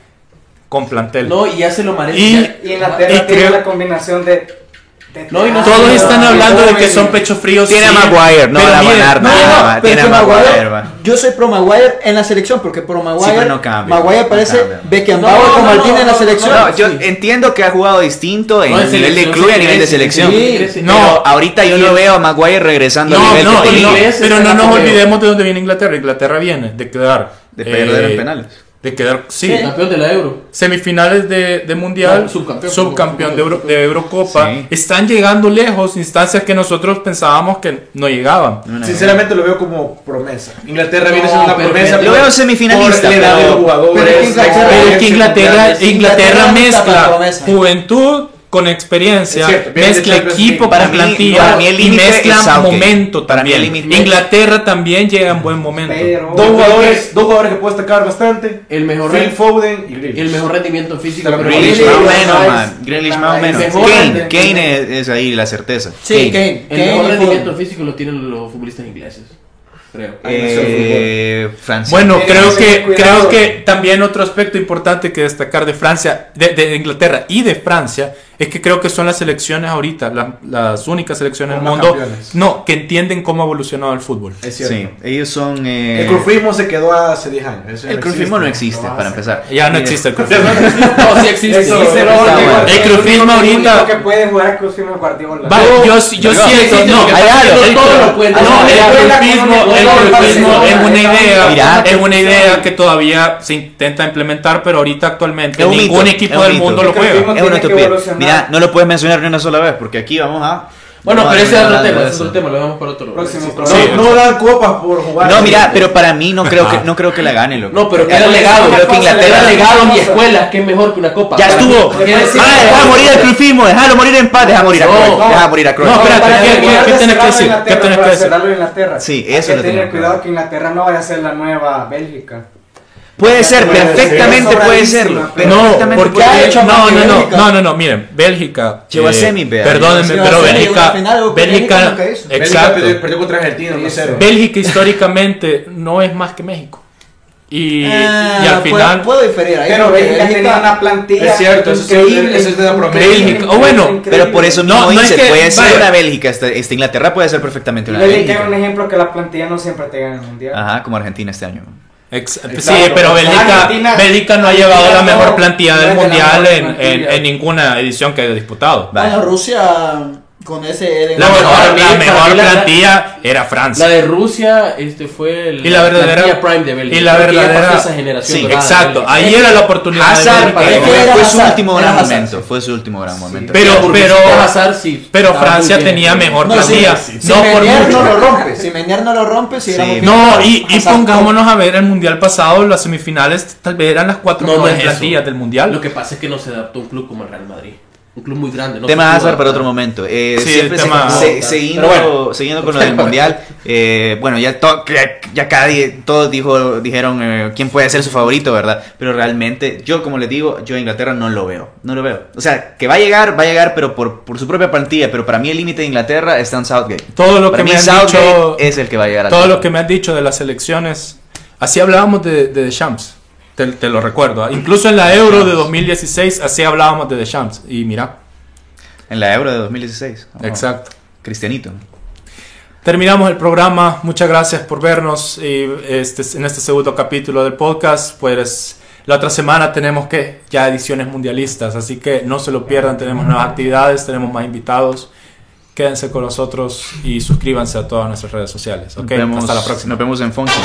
[SPEAKER 2] con plantel.
[SPEAKER 6] No, y ya se lo merece.
[SPEAKER 2] Y-
[SPEAKER 6] ya-
[SPEAKER 3] Y Inglaterra
[SPEAKER 2] Y
[SPEAKER 3] tiene
[SPEAKER 2] creo-
[SPEAKER 3] la combinación de. de-
[SPEAKER 6] No, y no-
[SPEAKER 2] Todos
[SPEAKER 6] Ah,
[SPEAKER 2] están
[SPEAKER 6] no,
[SPEAKER 2] hablando de que
[SPEAKER 3] jóvenes.
[SPEAKER 2] son pecho fríos.
[SPEAKER 7] Tiene
[SPEAKER 2] sí,
[SPEAKER 7] a Maguire, no
[SPEAKER 2] pero
[SPEAKER 7] la van a
[SPEAKER 2] miren,
[SPEAKER 7] ganar,
[SPEAKER 5] No,
[SPEAKER 7] no,
[SPEAKER 5] no,
[SPEAKER 7] va,
[SPEAKER 5] no,
[SPEAKER 7] tiene
[SPEAKER 5] pero es que
[SPEAKER 7] a Maguire,
[SPEAKER 5] Maguire-
[SPEAKER 7] va.
[SPEAKER 5] yo soy pro Maguire en la selección porque pro Maguire,
[SPEAKER 7] pero no cambia,
[SPEAKER 5] Maguire
[SPEAKER 7] no
[SPEAKER 5] parece
[SPEAKER 7] cambia.
[SPEAKER 5] Beckenbauer
[SPEAKER 6] No, no,
[SPEAKER 5] como
[SPEAKER 6] no,
[SPEAKER 5] Martínez en la
[SPEAKER 6] no,
[SPEAKER 5] selección.
[SPEAKER 7] No, yo
[SPEAKER 5] Sí.
[SPEAKER 7] entiendo que ha jugado distinto en
[SPEAKER 6] No, en
[SPEAKER 7] nivel de
[SPEAKER 6] selección
[SPEAKER 7] club y a
[SPEAKER 6] se
[SPEAKER 7] nivel de
[SPEAKER 6] crece,
[SPEAKER 7] selección.
[SPEAKER 5] sí,
[SPEAKER 6] crece.
[SPEAKER 2] No,
[SPEAKER 6] Pero-
[SPEAKER 7] Ahorita yo
[SPEAKER 6] y
[SPEAKER 7] no
[SPEAKER 6] el-
[SPEAKER 7] veo a Maguire regresando al
[SPEAKER 2] No,
[SPEAKER 7] nivel
[SPEAKER 2] no,
[SPEAKER 7] que
[SPEAKER 2] y no,
[SPEAKER 7] tenía.
[SPEAKER 6] ingleses
[SPEAKER 2] pero no
[SPEAKER 6] están
[SPEAKER 2] nos
[SPEAKER 6] como-
[SPEAKER 2] olvidemos de dónde viene Inglaterra. Inglaterra viene de quedar. eh,
[SPEAKER 7] De perder en penales.
[SPEAKER 2] De quedar, sí,
[SPEAKER 6] Sí, campeón de la Euro.
[SPEAKER 2] semifinales de, de mundial,
[SPEAKER 6] No, subcampeón.
[SPEAKER 2] subcampeón de, Euro- de Eurocopa.
[SPEAKER 7] Sí.
[SPEAKER 2] Están llegando lejos, instancias que nosotros pensábamos que no llegaban.
[SPEAKER 8] Sinceramente lo veo como promesa. Inglaterra viene
[SPEAKER 6] No,
[SPEAKER 8] siendo una
[SPEAKER 6] pero
[SPEAKER 8] promesa.
[SPEAKER 6] yo
[SPEAKER 8] por-
[SPEAKER 7] veo semifinalista,
[SPEAKER 8] Por la edad de
[SPEAKER 7] pero-
[SPEAKER 8] los jugadores.
[SPEAKER 5] pero es que
[SPEAKER 8] la
[SPEAKER 5] Inglaterra-
[SPEAKER 2] Pero es que
[SPEAKER 8] experiencia
[SPEAKER 2] Inglaterra,
[SPEAKER 8] mundial.
[SPEAKER 2] Inglaterra
[SPEAKER 5] Inglaterra no está para
[SPEAKER 2] mezcla
[SPEAKER 5] promesa.
[SPEAKER 2] juventud con experiencia,
[SPEAKER 8] Es cierto, viene de
[SPEAKER 2] mezcla
[SPEAKER 8] Champions
[SPEAKER 2] equipo
[SPEAKER 8] League.
[SPEAKER 2] para
[SPEAKER 7] Para mí-
[SPEAKER 2] plantilla
[SPEAKER 7] para mí el
[SPEAKER 2] y
[SPEAKER 7] límite es
[SPEAKER 2] mezcla
[SPEAKER 7] Southgate.
[SPEAKER 2] momento
[SPEAKER 7] Para mí el
[SPEAKER 2] también.
[SPEAKER 7] límite-
[SPEAKER 2] Inglaterra también llega en buen momento.
[SPEAKER 3] Pero-
[SPEAKER 8] Dos jugadores, dos jugadores que puedo destacar bastante.
[SPEAKER 6] El mejor,
[SPEAKER 8] Phil
[SPEAKER 6] ren-
[SPEAKER 8] Foden y Grealish.
[SPEAKER 6] el mejor rendimiento físico.
[SPEAKER 8] Pero
[SPEAKER 7] Grealish
[SPEAKER 8] Grealish
[SPEAKER 7] más o
[SPEAKER 8] es-
[SPEAKER 7] menos,
[SPEAKER 8] es-
[SPEAKER 7] man. Grealish más o menos.
[SPEAKER 6] es-
[SPEAKER 7] Kane,
[SPEAKER 6] es-
[SPEAKER 7] Kane es, es ahí la certeza. Eh,
[SPEAKER 5] Sí, Kane,
[SPEAKER 6] El
[SPEAKER 5] Kane
[SPEAKER 6] mejor
[SPEAKER 5] y
[SPEAKER 6] rendimiento
[SPEAKER 5] Foden.
[SPEAKER 6] físico lo tienen los futbolistas ingleses. Creo.
[SPEAKER 7] Eh, Francia.
[SPEAKER 2] Bueno,
[SPEAKER 3] Tiene
[SPEAKER 2] creo
[SPEAKER 3] que tener
[SPEAKER 2] que, creo
[SPEAKER 3] cuidado.
[SPEAKER 2] que también otro aspecto importante que destacar de Francia, de, de Inglaterra y de Francia, es que creo que son las selecciones ahorita, la- las únicas selecciones del
[SPEAKER 8] Como
[SPEAKER 2] mundo,
[SPEAKER 8] campeones.
[SPEAKER 2] no, que entienden cómo ha evolucionado el fútbol.
[SPEAKER 8] Es cierto.
[SPEAKER 7] sí, ellos son. eh,
[SPEAKER 8] El crufismo se quedó hace 10 años. Eso
[SPEAKER 7] el crufismo no existe, para empezar.
[SPEAKER 2] Ya no
[SPEAKER 7] Eh,
[SPEAKER 2] existe el crufismo.
[SPEAKER 6] No, sí existe.
[SPEAKER 3] Eso,
[SPEAKER 6] Sí,
[SPEAKER 3] ese
[SPEAKER 6] pero-
[SPEAKER 3] es
[SPEAKER 7] está
[SPEAKER 3] único-
[SPEAKER 7] bueno.
[SPEAKER 2] El crufismo
[SPEAKER 3] único
[SPEAKER 2] ahorita-
[SPEAKER 3] que puede jugar crufismo Guardiola.
[SPEAKER 2] Vale, yo, yo
[SPEAKER 7] No,
[SPEAKER 2] siento,
[SPEAKER 7] existe,
[SPEAKER 2] no,
[SPEAKER 7] porque
[SPEAKER 2] hay
[SPEAKER 7] está
[SPEAKER 2] algo,
[SPEAKER 6] haciendo
[SPEAKER 2] hay
[SPEAKER 6] todo
[SPEAKER 2] algo.
[SPEAKER 6] lo puede.
[SPEAKER 2] No,
[SPEAKER 6] No,
[SPEAKER 2] el
[SPEAKER 6] la
[SPEAKER 2] golpismo,
[SPEAKER 3] economía-
[SPEAKER 2] el
[SPEAKER 3] la
[SPEAKER 2] golpismo
[SPEAKER 3] economía-
[SPEAKER 2] es una idea,
[SPEAKER 7] Mira,
[SPEAKER 2] es una idea que todavía se intenta implementar, pero ahorita actualmente
[SPEAKER 7] Es un
[SPEAKER 2] ningún
[SPEAKER 7] mito,
[SPEAKER 2] equipo
[SPEAKER 7] es un
[SPEAKER 2] del
[SPEAKER 7] mito.
[SPEAKER 2] mundo lo
[SPEAKER 3] Yo creo que
[SPEAKER 2] juega.
[SPEAKER 3] hemos-
[SPEAKER 7] Es una
[SPEAKER 3] Tiene que
[SPEAKER 7] estupidez.
[SPEAKER 3] evolucionar.
[SPEAKER 7] Mira, no lo puedes mencionar ni una sola vez, porque aquí vamos a.
[SPEAKER 6] Bueno,
[SPEAKER 7] vamos a
[SPEAKER 6] pero ese es otro
[SPEAKER 7] terminar
[SPEAKER 6] tema.
[SPEAKER 7] hablando
[SPEAKER 6] Ese es otro
[SPEAKER 7] de eso.
[SPEAKER 6] tema. Lo dejamos para otro.
[SPEAKER 3] Próximo
[SPEAKER 6] Sí.
[SPEAKER 8] No,
[SPEAKER 3] programa.
[SPEAKER 8] no dan copas por jugar.
[SPEAKER 7] No, mira, pero para mí no creo que, no creo que la gane, loco.
[SPEAKER 6] No, pero
[SPEAKER 7] Ya
[SPEAKER 6] queda
[SPEAKER 7] no-
[SPEAKER 6] legado.
[SPEAKER 7] Creo que Inglaterra
[SPEAKER 6] Queda legado
[SPEAKER 3] Vamos
[SPEAKER 6] y
[SPEAKER 3] a-
[SPEAKER 6] escuelas. Qué mejor que una copa.
[SPEAKER 7] Ya
[SPEAKER 6] Para mí,
[SPEAKER 7] estuvo.
[SPEAKER 6] porque-
[SPEAKER 3] Ay,
[SPEAKER 7] Ah, deja morir el crufismo, déjalo morir en paz, deja morir a
[SPEAKER 6] No,
[SPEAKER 7] Cruyff,
[SPEAKER 6] no.
[SPEAKER 7] deja morir a Cruyff.
[SPEAKER 2] No, espérate,
[SPEAKER 3] Para
[SPEAKER 2] ¿qué-
[SPEAKER 3] terminar
[SPEAKER 2] qué- qué
[SPEAKER 3] de
[SPEAKER 2] tenés que
[SPEAKER 3] cerrarlo
[SPEAKER 2] decir? ¿Qué
[SPEAKER 3] Inglaterra,
[SPEAKER 2] tenés
[SPEAKER 3] para
[SPEAKER 2] que decir?
[SPEAKER 3] cerrarlo Inglaterra.
[SPEAKER 7] Sí,
[SPEAKER 3] Hay
[SPEAKER 7] eso
[SPEAKER 3] que
[SPEAKER 7] lo tenía
[SPEAKER 3] tener
[SPEAKER 7] que
[SPEAKER 3] cuidado
[SPEAKER 7] hablar.
[SPEAKER 3] que Inglaterra no vaya a ser la nueva Bélgica.
[SPEAKER 7] Puede ser,
[SPEAKER 3] Puede ser,
[SPEAKER 7] perfectamente puede serlo.
[SPEAKER 3] sobradísima, pero-
[SPEAKER 2] No,
[SPEAKER 7] perfectamente
[SPEAKER 2] porque
[SPEAKER 7] puede ser.
[SPEAKER 5] hecho
[SPEAKER 2] no,
[SPEAKER 5] más
[SPEAKER 2] no,
[SPEAKER 5] que
[SPEAKER 2] no,
[SPEAKER 5] Bélgica.
[SPEAKER 2] no, no, no, miren, Bélgica
[SPEAKER 7] Llegó a
[SPEAKER 2] eh,
[SPEAKER 7] semi, vea.
[SPEAKER 2] Perdónenme,
[SPEAKER 5] Llegó a
[SPEAKER 2] pero
[SPEAKER 5] semi, llegó a
[SPEAKER 2] Bélgica,
[SPEAKER 5] la final, algo que Bélgica
[SPEAKER 2] Bélgica,
[SPEAKER 5] nunca hizo.
[SPEAKER 8] Bélgica
[SPEAKER 2] exacto.
[SPEAKER 8] perdió, perdió contra Argentina, no sé.
[SPEAKER 2] Bélgica históricamente no es más que México. Y,
[SPEAKER 5] Ah,
[SPEAKER 2] y al
[SPEAKER 5] puedo-
[SPEAKER 2] final.
[SPEAKER 5] Puedo diferir ahí.
[SPEAKER 4] Pero
[SPEAKER 5] porque
[SPEAKER 4] Bélgica
[SPEAKER 5] Bélgica-
[SPEAKER 4] tenía una
[SPEAKER 3] plantilla
[SPEAKER 4] Es cierto, eso es-
[SPEAKER 3] increíble,
[SPEAKER 4] eso es de la promedio.
[SPEAKER 2] Bélgica. O bueno,
[SPEAKER 7] Pero por eso
[SPEAKER 2] No,
[SPEAKER 7] no,
[SPEAKER 2] no es
[SPEAKER 7] dice,
[SPEAKER 2] que-
[SPEAKER 7] puede ser
[SPEAKER 2] vaya.
[SPEAKER 7] una Bélgica, esta, esta Inglaterra puede ser perfectamente una
[SPEAKER 3] Le es un
[SPEAKER 7] Bélgica.
[SPEAKER 3] ejemplo que la plantilla no siempre te gana el mundial.
[SPEAKER 7] Ajá, como Argentina este año.
[SPEAKER 2] Ex- sí,
[SPEAKER 3] Exacto.
[SPEAKER 2] pero Bélgica,
[SPEAKER 3] Argentina-
[SPEAKER 2] Bélgica no ha
[SPEAKER 3] Argentina
[SPEAKER 2] llevado la
[SPEAKER 3] no-
[SPEAKER 2] mejor plantilla
[SPEAKER 3] no
[SPEAKER 2] del
[SPEAKER 3] es de la
[SPEAKER 2] mundial
[SPEAKER 3] mejor
[SPEAKER 2] en, en-
[SPEAKER 3] plantilla.
[SPEAKER 2] en ninguna edición que haya disputado.
[SPEAKER 7] Vaya.
[SPEAKER 5] Bueno, Rusia con ese Eren-
[SPEAKER 2] La
[SPEAKER 6] No,
[SPEAKER 2] mejor,
[SPEAKER 6] para mí-
[SPEAKER 2] la
[SPEAKER 6] para
[SPEAKER 2] mejor
[SPEAKER 6] mí la-
[SPEAKER 2] plantilla era
[SPEAKER 6] La
[SPEAKER 2] Francia.
[SPEAKER 6] de Rusia este fue el,
[SPEAKER 2] Y la verdadera-
[SPEAKER 6] plantilla prime de Bélgica.
[SPEAKER 2] y la
[SPEAKER 6] Creo que ya
[SPEAKER 2] verdadera-
[SPEAKER 6] pasó esa generación
[SPEAKER 7] Sí,
[SPEAKER 6] dorada de
[SPEAKER 2] Exacto,
[SPEAKER 6] Bélgica.
[SPEAKER 2] ahí era la oportunidad de
[SPEAKER 7] Hazard,
[SPEAKER 2] Bélgica.
[SPEAKER 7] eh,
[SPEAKER 5] que era
[SPEAKER 7] fue su
[SPEAKER 5] Hazard,
[SPEAKER 7] último
[SPEAKER 5] era
[SPEAKER 7] gran
[SPEAKER 5] Hazard,
[SPEAKER 7] momento,
[SPEAKER 5] sí.
[SPEAKER 7] fue su último gran momento.
[SPEAKER 2] Pero-
[SPEAKER 6] Porque
[SPEAKER 2] pero-
[SPEAKER 6] si Hazard sí
[SPEAKER 2] Pero
[SPEAKER 6] estaba muy
[SPEAKER 2] Francia
[SPEAKER 6] bien.
[SPEAKER 2] tenía mejor
[SPEAKER 5] No, sí,
[SPEAKER 2] plantilla.
[SPEAKER 5] Si
[SPEAKER 2] no por
[SPEAKER 5] Menier no
[SPEAKER 2] mucho.
[SPEAKER 5] lo rompe, si Menier no lo rompe, si
[SPEAKER 7] Sí.
[SPEAKER 5] éramos-
[SPEAKER 2] No, y, y
[SPEAKER 5] Hazard-
[SPEAKER 2] pongámonos a ver el mundial pasado, las semifinales tal vez eran las cuatro
[SPEAKER 6] No, no
[SPEAKER 2] mejores
[SPEAKER 6] es eso.
[SPEAKER 2] plantillas del mundial.
[SPEAKER 6] Lo que pasa es que no se adaptó un club como el Real Madrid. Un club muy grande. No
[SPEAKER 7] tema
[SPEAKER 6] se
[SPEAKER 7] Hazard
[SPEAKER 6] pudo
[SPEAKER 7] para
[SPEAKER 6] adaptar.
[SPEAKER 7] otro momento. Eh,
[SPEAKER 2] Sí,
[SPEAKER 7] siempre
[SPEAKER 2] el
[SPEAKER 7] se-
[SPEAKER 2] tema-
[SPEAKER 7] se-
[SPEAKER 6] Pero
[SPEAKER 7] siguiendo, siguiendo con lo del mundial, eh, bueno, ya, to- ya, ya cada día- todos dijo, dijeron eh, quién puede ser su favorito, ¿verdad? Pero realmente, yo como les digo, yo a Inglaterra no lo veo. No lo veo. O sea, que va a llegar, va a llegar, pero por, por su propia plantilla. Pero para mí el límite de Inglaterra está en Southgate.
[SPEAKER 2] todo lo que
[SPEAKER 7] para mí
[SPEAKER 2] me han
[SPEAKER 7] Southgate
[SPEAKER 2] dicho,
[SPEAKER 7] es el que va a llegar al
[SPEAKER 2] todo
[SPEAKER 7] título.
[SPEAKER 2] lo que me han dicho de las elecciones, así hablábamos de, de Deschamps. Te, te lo recuerdo. ¿ah? Incluso en la Euro de 2016 así hablábamos de Deschamps. Y mira,
[SPEAKER 7] En la Euro de 2016. Oh,
[SPEAKER 2] exacto.
[SPEAKER 7] Cristianito.
[SPEAKER 2] Terminamos el programa. Muchas gracias por vernos y este, en este segundo capítulo del podcast. Pues la otra semana tenemos que ya ediciones mundialistas, así que no se lo pierdan. Tenemos nuevas actividades, tenemos más invitados. Quédense con nosotros y suscríbanse a todas nuestras redes sociales. ¿ok?
[SPEAKER 7] Nos vemos-
[SPEAKER 2] Hasta la próxima.
[SPEAKER 7] Nos vemos en Fonsi.